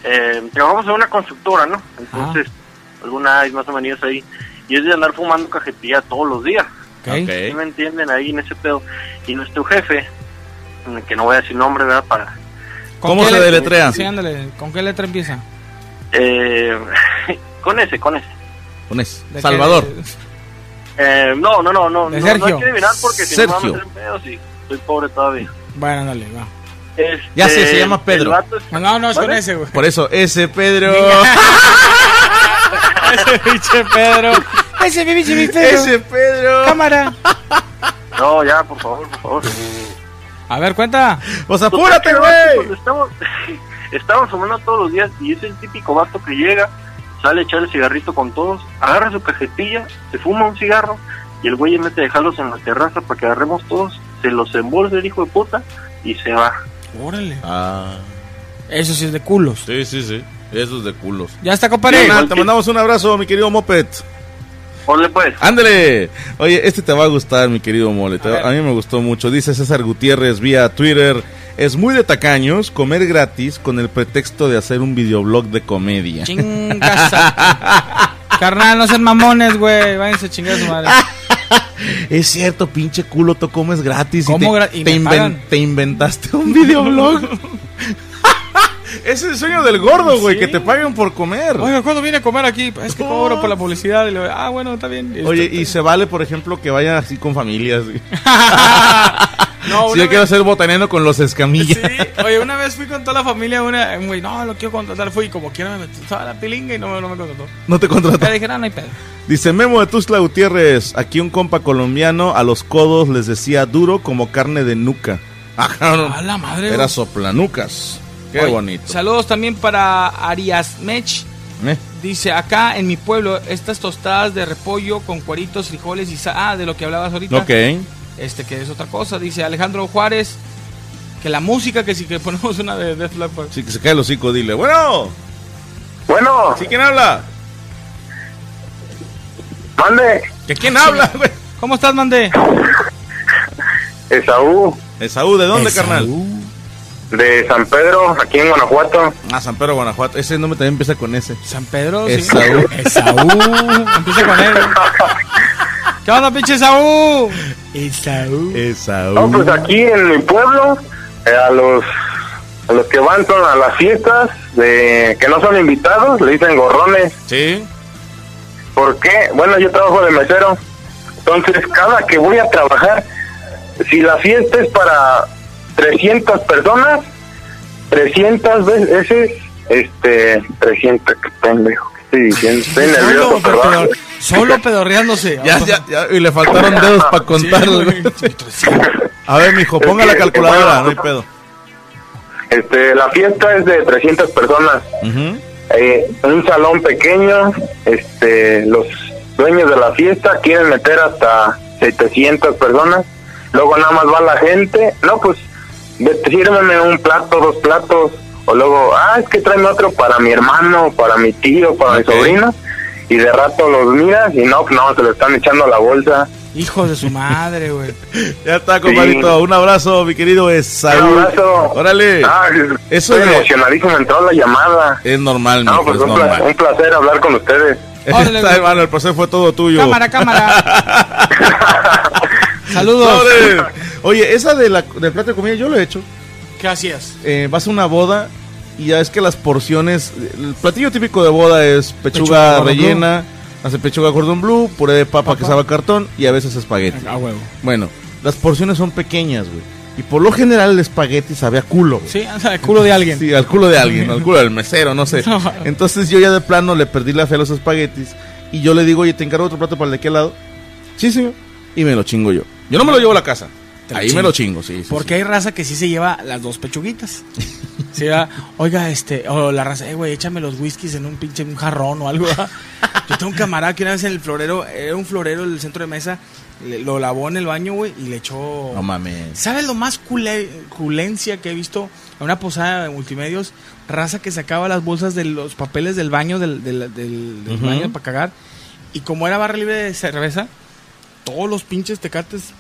S7: eh, trabajamos en una constructora, ¿no?
S5: Ah.
S7: Entonces, alguna hay más o menos ahí. Y es de andar fumando cajetilla todos los días.
S5: Ah, eh. ¿ok?
S7: ¿Sí me entienden ahí en ese pedo? Y nuestro jefe, que no voy a decir nombre, ¿verdad? Para
S5: ¿Con
S4: ¿Cómo
S5: qué
S4: se
S5: letra-
S4: deletrea?
S5: Sí, ándale, ¿con qué letra empieza?
S7: eh, con ese, con ese.
S4: Pones.
S5: ¿De qué-
S4: Salvador.
S7: Eh, no, no, no, no,
S5: De
S7: no,
S5: Sergio.
S7: no hay que adivinar porque si no me va a
S4: Sergio.
S7: meter en pedos y estoy pobre todavía.
S5: [laughs] Bueno, ándale, va.
S4: Ya sé,
S7: Este,
S4: se llama Pedro.
S7: el vato es-
S5: No, no, no, es con
S7: ¿Vale?
S5: ese, güey.
S4: Por eso, ese Pedro. [laughs]
S5: ese pinche
S4: [laughs]
S5: Pedro. Ese pinche Pedro.
S4: ese Pedro.
S5: Cámara.
S7: No, ya, por favor, por favor.
S5: A ver, cuenta.
S4: Pues
S7: Pues,
S4: apúrate,
S7: es que, vato, cuando
S4: güey.
S7: Estamos, [laughs] estamos fumando todos los días y es el típico vato que llega, sale a echar el cigarrito con todos, agarra su cajetilla, se fuma un cigarro y el güey en vez de dejarlos en la terraza para que agarremos todos, se los embolsa el hijo de puta y se va.
S5: Órale.
S4: Ah,
S5: Eso sí es de culos.
S4: sí, sí, sí. Eso es de culos.
S5: Ya está, compadre.
S4: Carnal, te mandamos un abrazo, mi querido Moped.
S7: Ponle pues.
S4: Ándale. Oye, este te va a gustar, mi querido Mole. Te-
S5: A ver.
S4: a mí me gustó mucho. Dice César Gutiérrez vía Twitter. Es muy de tacaños comer gratis con el pretexto de hacer un videoblog de comedia.
S5: Chingas a-
S4: [laughs]
S5: Carnal, no sean mamones, güey. Váyanse a chingar a su madre.
S4: Es cierto, pinche culo, tú comes gratis.
S5: ¿Cómo
S4: y
S5: gra-
S4: te,
S5: y
S4: te
S5: me pagan?
S4: te inventaste un videoblog. [laughs] es el sueño del gordo, güey,
S5: Sí.
S4: que te paguen por comer.
S5: Oiga, ¿cuándo viene a comer aquí? Es que cobro por la publicidad. Y le digo, ah, bueno, está bien.
S4: Oye,
S5: Este-
S4: y se vale, por ejemplo, que vayan así con familias. güey. [laughs]
S5: no,
S4: si
S5: una
S4: yo quiero
S5: vez-
S4: ser botanero con los escamillas.
S5: Sí, oye, una vez fui con toda la familia, una, güey, no, lo quiero contratar, fui y como quiera me metí toda la pilinga y no, no
S4: [laughs]
S5: me contrató.
S4: No te contratan.
S5: Pero dije, no, no hay pedo.
S4: Dice Memo de Tuzla Gutiérrez, aquí un compa colombiano a los codos les decía duro como carne de nuca. [laughs] Ajá, no.
S5: A la madre.
S4: Era
S5: güey.
S4: soplanucas. Qué
S5: Oye,
S4: bonito.
S5: Saludos también para Arias Mech.
S4: Eh.
S5: Dice, acá en mi pueblo, estas tostadas de repollo con cueritos, frijoles y sal. Ah, de lo que hablabas ahorita.
S4: Ok.
S5: Este, que es otra cosa. Dice Alejandro Juárez, que la música, que si que ponemos una de Death Lab.
S4: Sí, que se cae el hocico, dile. Bueno,
S12: Bueno,
S4: ¿sí quién habla?
S12: mande,
S4: ¿Que quién habla, güey?
S5: ¿Cómo estás, Mandé?
S12: Esaú,
S4: Esaú, ¿de dónde, carnal?
S12: de San Pedro, aquí en Guanajuato.
S4: Ah, San Pedro, Guanajuato. Ese nombre también empieza con ese.
S5: San Pedro.
S4: Esaú.
S13: Esaú.
S5: Empieza con
S4: [laughs]
S5: él. ¿Qué onda, pinche Saúl?
S13: Esaú.
S4: Esaú.
S12: No, pues aquí en mi pueblo, eh, a los a los que van son a las fiestas, de, que no son invitados, le dicen gorrones.
S4: Sí.
S12: ¿Por qué? Bueno, yo trabajo de mesero. Entonces, cada que voy a trabajar, si la fiesta es para 300 personas, 300 veces, este, 300, qué pendejo, ¿qué estoy diciendo? Estoy nervioso,
S5: Solo,
S12: perdón.
S5: pedor- solo pedorreándose.
S4: Ya, ya, ya. Y le faltaron dedos para contarlo. güey. A ver, mijo, ponga la calculadora, no hay pedo.
S12: Este, la fiesta es de 300 personas.
S4: Ujú.
S12: Eh, un salón pequeño, este, los dueños de la fiesta quieren meter hasta 700 personas, luego nada más va la gente, no, pues ve- sírveme un plato, dos platos, o luego, ah, es que tráeme otro para mi hermano, para mi tío,
S4: Ok.
S12: para mi sobrino, y de rato los miras y no, no, se lo están echando a la bolsa.
S5: Hijo de su madre, güey.
S4: Ya está, compadrito. Un abrazo, mi querido Esaú.
S12: Un abrazo.
S4: Órale.
S12: Ah,
S4: eso
S12: estoy
S4: de-
S12: emocionadísimo, entró la llamada.
S4: Es normal,
S12: No,
S4: mijo,
S12: pues
S4: es
S12: un pla- un
S4: normal.
S12: placer hablar con ustedes.
S5: Órale,
S4: Está,
S5: güey.
S4: hermano, el proceso fue todo tuyo.
S5: Cámara, cámara.
S4: [laughs]
S5: Saludos.
S4: Sobre. Oye, esa de la, del plato de comida yo lo he hecho.
S5: ¿Qué hacías?
S4: Eh, vas a una boda y ya es que las porciones. El platillo típico de boda es pechuga,
S5: Pechuga cordon
S4: rellena, hace pechuga cordón blue, puré de papa, que sabe a cartón y a veces espagueti.
S5: A huevo.
S4: Bueno, las porciones son pequeñas, güey. Y por lo general el espagueti sabe a culo. güey.
S5: Sí, anda el culo de alguien.
S4: Sí, al culo de
S5: [laughs]
S4: alguien, al culo del mesero, no sé. Entonces yo ya de plano le perdí la fe a los espaguetis y yo le digo, oye, te encargo otro plato para el de qué lado. Sí, señor. Y me lo chingo yo. Yo no me lo llevo a la casa.
S5: Te lo
S4: Ahí
S5: chingas.
S4: me lo chingo, sí. sí,
S5: Porque hay raza que sí se lleva las dos pechuguitas. Sí, ¿verdad? oiga, este, o la raza, eh, güey, échame los whiskies en un pinche un jarrón o algo. ¿verdad? Yo tengo un camarada que una vez en el florero, era un florero del centro de mesa, le- lo lavó en el baño, güey, y le echó.
S4: sí. No mames.
S5: ¿Sabes lo más cule- culencia que he visto en una posada de multimedios? Raza que sacaba las bolsas de los papeles del baño, del, del- del- del
S4: Ujú.
S5: baño para cagar. Y como era barra libre de cerveza, todos los pinches tecates,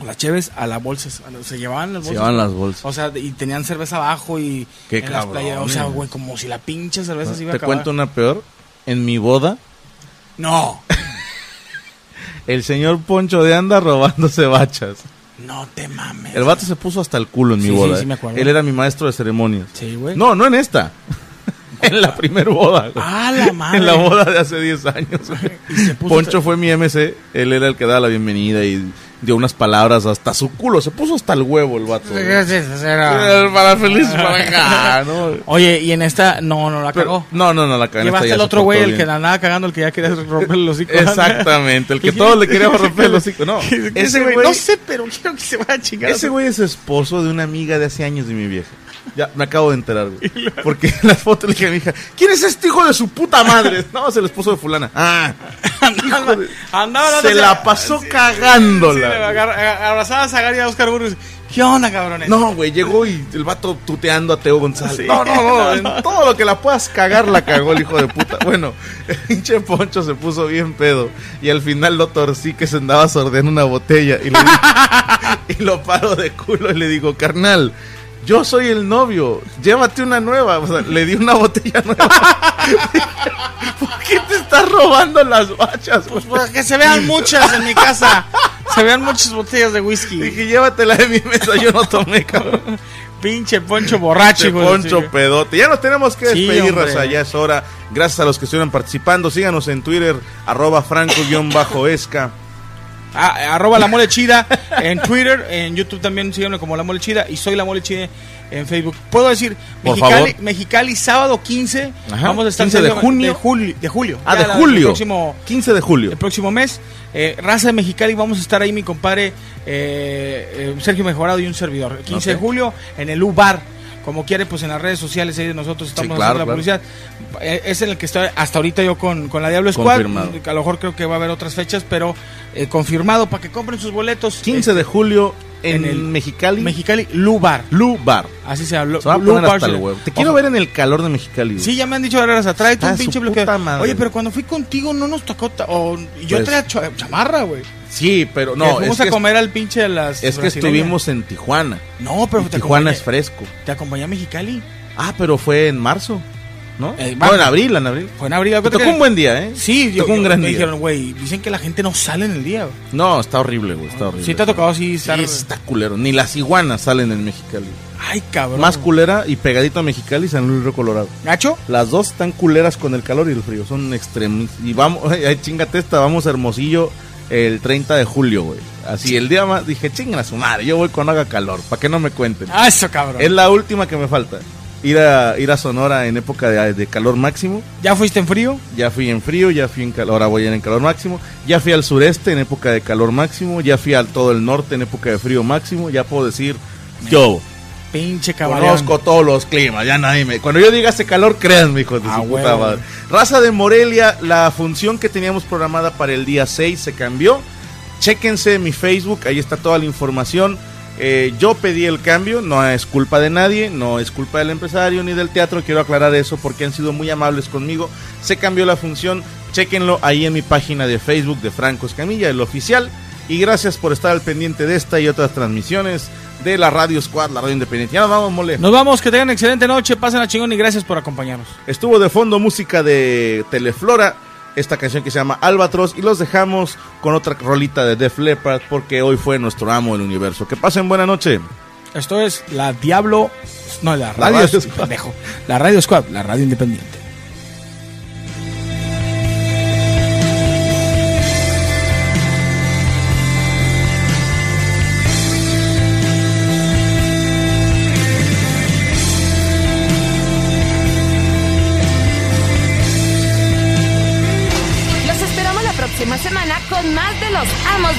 S5: o las cheves, a las bolsas. a la- se llevaban las
S4: Se
S5: bolsas.
S4: llevan las bolsas.
S5: O sea, y tenían cerveza abajo y
S4: Qué
S5: en las
S4: cabrones,
S5: playas. O sea,
S4: güey.
S5: güey, como si la pinche cerveza se iba
S4: Ah,
S5: a
S4: Te
S5: acabar.
S4: cuento una peor. En mi boda,
S5: No,
S4: el señor Poncho de Anda [laughs] robándose bachas.
S5: no te mames.
S4: El vato se puso hasta el culo en mi
S5: Sí, sí,
S4: boda.
S5: sí,
S4: eh.
S5: me acuerdo.
S4: Él era mi maestro de ceremonias.
S5: Sí, güey.
S4: No, no en esta. [laughs] en la primer boda. güey.
S5: Ah, la
S4: [laughs]
S5: madre.
S4: En la boda de hace 10 años. güey.
S5: Y se puso
S4: Poncho fue mi MC. Él era el que daba la bienvenida y dio unas palabras hasta su culo. Se puso hasta el huevo el vato. güey. Era Para
S5: [laughs]
S4: feliz pareja, ¿no?
S5: Oye, y en esta, no, no la
S4: Pero-
S5: cagó.
S4: no, no, no, la cadena
S5: Llevaste
S4: está ya
S5: el
S4: se
S5: otro güey,
S4: portó
S5: el que
S4: bien.
S5: la andaba cagando, el que ya quería romperle
S4: [laughs]
S5: los hocico.
S4: Exactamente,
S5: [laughs]
S4: el que todos le queríamos romper los hocico. No,
S5: ese güey, no sé, pero quiero que se vaya a chingar. [laughs]
S4: Ese güey es esposo de una amiga de hace años de mi vieja. Ya, me acabo de enterar,
S5: [laughs]
S4: güey. Porque en la foto le dije a mi hija, ¿quién es este hijo de su puta madre? [laughs] No, es el esposo de fulana. Ah,
S5: andaba, andaba dándose-
S4: se la pasó
S5: Ah, Sí, le
S4: cagándola.
S5: agar- a- abrazaba a Zagar y a Oscar Burgos. ¿Qué onda, cabrones?
S4: No, güey, llegó y el vato tuteando a Teo González.
S5: Sí.
S4: No, no, no, en todo lo que la puedas cagar la cagó el hijo de puta. Bueno, el pinche Poncho se puso bien pedo y al final lo torcí que se andaba sordeando una botella y, le di- [laughs] y lo paro de culo y le digo, carnal. Yo soy el novio, llévate una nueva. O sea, le di una botella nueva. [laughs] ¿Por qué te estás robando las bachas? güey?
S5: Pues que se vean muchas en mi casa. Se vean muchas botellas
S4: [laughs]
S5: de whisky. [laughs]
S4: Dije, llévatela de mi mesa, yo no tomé, cabrón.
S5: Pinche poncho borracho,
S4: Este
S5: hijo de
S4: Poncho
S5: su-
S4: Pedote. Ya nos tenemos que
S5: Ah, Sí,
S4: despedir,
S5: hombre.
S4: raza, Ya es hora. Gracias a los que estuvieron participando. Síganos en Twitter, arroba franco-esca.
S5: Ah, arroba la mole chida en Twitter, en YouTube también síganme como la mole chida y soy la mole chida en Facebook. Puedo decir,
S4: Por
S5: Mexicali,
S4: favor.
S5: Mexicali sábado 15,
S4: Ajá,
S5: vamos a estar
S4: 15 de
S5: saliendo-
S4: junio.
S5: de julio, de julio.
S4: Ah,
S5: Ya
S4: de
S5: la- El
S4: julio.
S5: próximo,
S4: 15 de julio.
S5: el próximo mes, eh, raza de Mexicali, vamos a estar ahí mi compadre eh, eh, Sergio Mejorado y un servidor. 15 de
S4: Ok.
S5: julio en el U Bar. Como quiere, pues en las redes sociales ahí nosotros estamos
S4: claro,
S5: haciendo la
S4: claro.
S5: publicidad. Eh, Es en el que estoy hasta ahorita yo con, con la Diablo Squad.
S4: Confirmado.
S5: A lo mejor creo que va a haber otras fechas, pero eh, confirmado para que compren sus boletos.
S4: 15 de julio en,
S5: en el-
S4: Mexicali.
S5: Mexicali, Lubar.
S4: Lubar.
S5: Así se habló.
S4: Se va a poner
S5: Lubar,
S4: hasta
S5: sí.
S4: el huevo. Te quiero
S5: Ojo.
S4: ver en el calor de Mexicali. güey.
S5: Sí, ya me han dicho ahora, tráete
S4: Ah,
S5: un
S4: su
S5: pinche
S4: puta
S5: bloqueador.
S4: madre.
S5: Oye, pero cuando fui contigo no nos tocó. ta- o- y yo
S4: Pues-
S5: traía cha- chamarra, güey.
S4: Sí, pero
S5: No,
S4: no,
S5: fuimos
S4: es
S5: a
S4: que,
S5: comer al pinche de las.
S4: es que
S5: brasileñas.
S4: estuvimos en Tijuana.
S5: No, pero
S4: Y
S5: te
S4: Tijuana
S5: acompañé,
S4: es fresco.
S5: te acompañé a Mexicali.
S4: Ah, pero fue en marzo, ¿no?
S5: Eh,
S4: no, en abril, en abril.
S5: Fue en abril.
S4: Te
S5: acuérdate
S4: tocó
S5: que-
S4: un buen día, ¿eh?
S5: Sí,
S4: Te tocó un gran
S5: me
S4: día.
S5: dijeron, güey, dicen que la gente no sale en el día. güey.
S4: No, está horrible, güey, está horrible.
S5: Sí, te ha tocado así
S4: Sí,
S5: estar-
S4: está culero. Ni las iguanas salen en Mexicali.
S5: Ay, cabrón.
S4: Más culera y pegadito a Mexicali, San Luis Río Colorado.
S5: ¿Nacho?
S4: Las dos están culeras con el calor y el frío. Son extremos. Y vamos, [laughs] ay, chingate esta, vamos a Hermosillo el 30 de julio, güey. Así el día más, dije, chinga su madre, yo voy cuando haga calor, para que no me cuenten.
S5: Ah, eso, cabrón.
S4: Es la última que me falta. Ir a, ir a Sonora en época de, de calor máximo.
S5: ¿Ya fuiste en frío?
S4: Ya fui en frío, ya fui en calor, ahora voy a ir en calor máximo. Ya fui al sureste en época de calor máximo. Ya fui al todo el norte en época de frío máximo. Ya puedo decir, yo
S5: Pinche cabrón.
S4: conozco todos los climas. Ya nadie me. Cuando yo diga hace calor, créanme, hijos de
S5: Ah,
S4: su
S5: huevo.
S4: puta madre. Raza de Morelia, la función que teníamos programada para el día 6 se cambió. Chéquense mi Facebook, ahí está toda la información. Eh, yo pedí el cambio, no es culpa de nadie, no es culpa del empresario ni del teatro, quiero aclarar eso porque han sido muy amables conmigo. Se cambió la función, chéquenlo ahí en mi página de Facebook de Franco Escamilla, el oficial. Y gracias por estar al pendiente de esta y otras transmisiones de la Radio Squad, la radio independiente. Ya nos vamos, mole.
S5: Nos vamos, que tengan excelente noche, pasen a chingón y gracias por acompañarnos.
S4: Estuvo de fondo música de Teleflora, esta canción que se llama Albatros, y los dejamos con otra rolita de Def Leppard, porque hoy fue nuestro amo del universo. Que pasen buena noche.
S5: Esto es la Diablo. No, la
S4: La
S5: Radio,
S4: Radio Squad.
S5: pendejo. La Radio Squad, la radio independiente.
S10: Los esperamos la próxima semana con más de los amos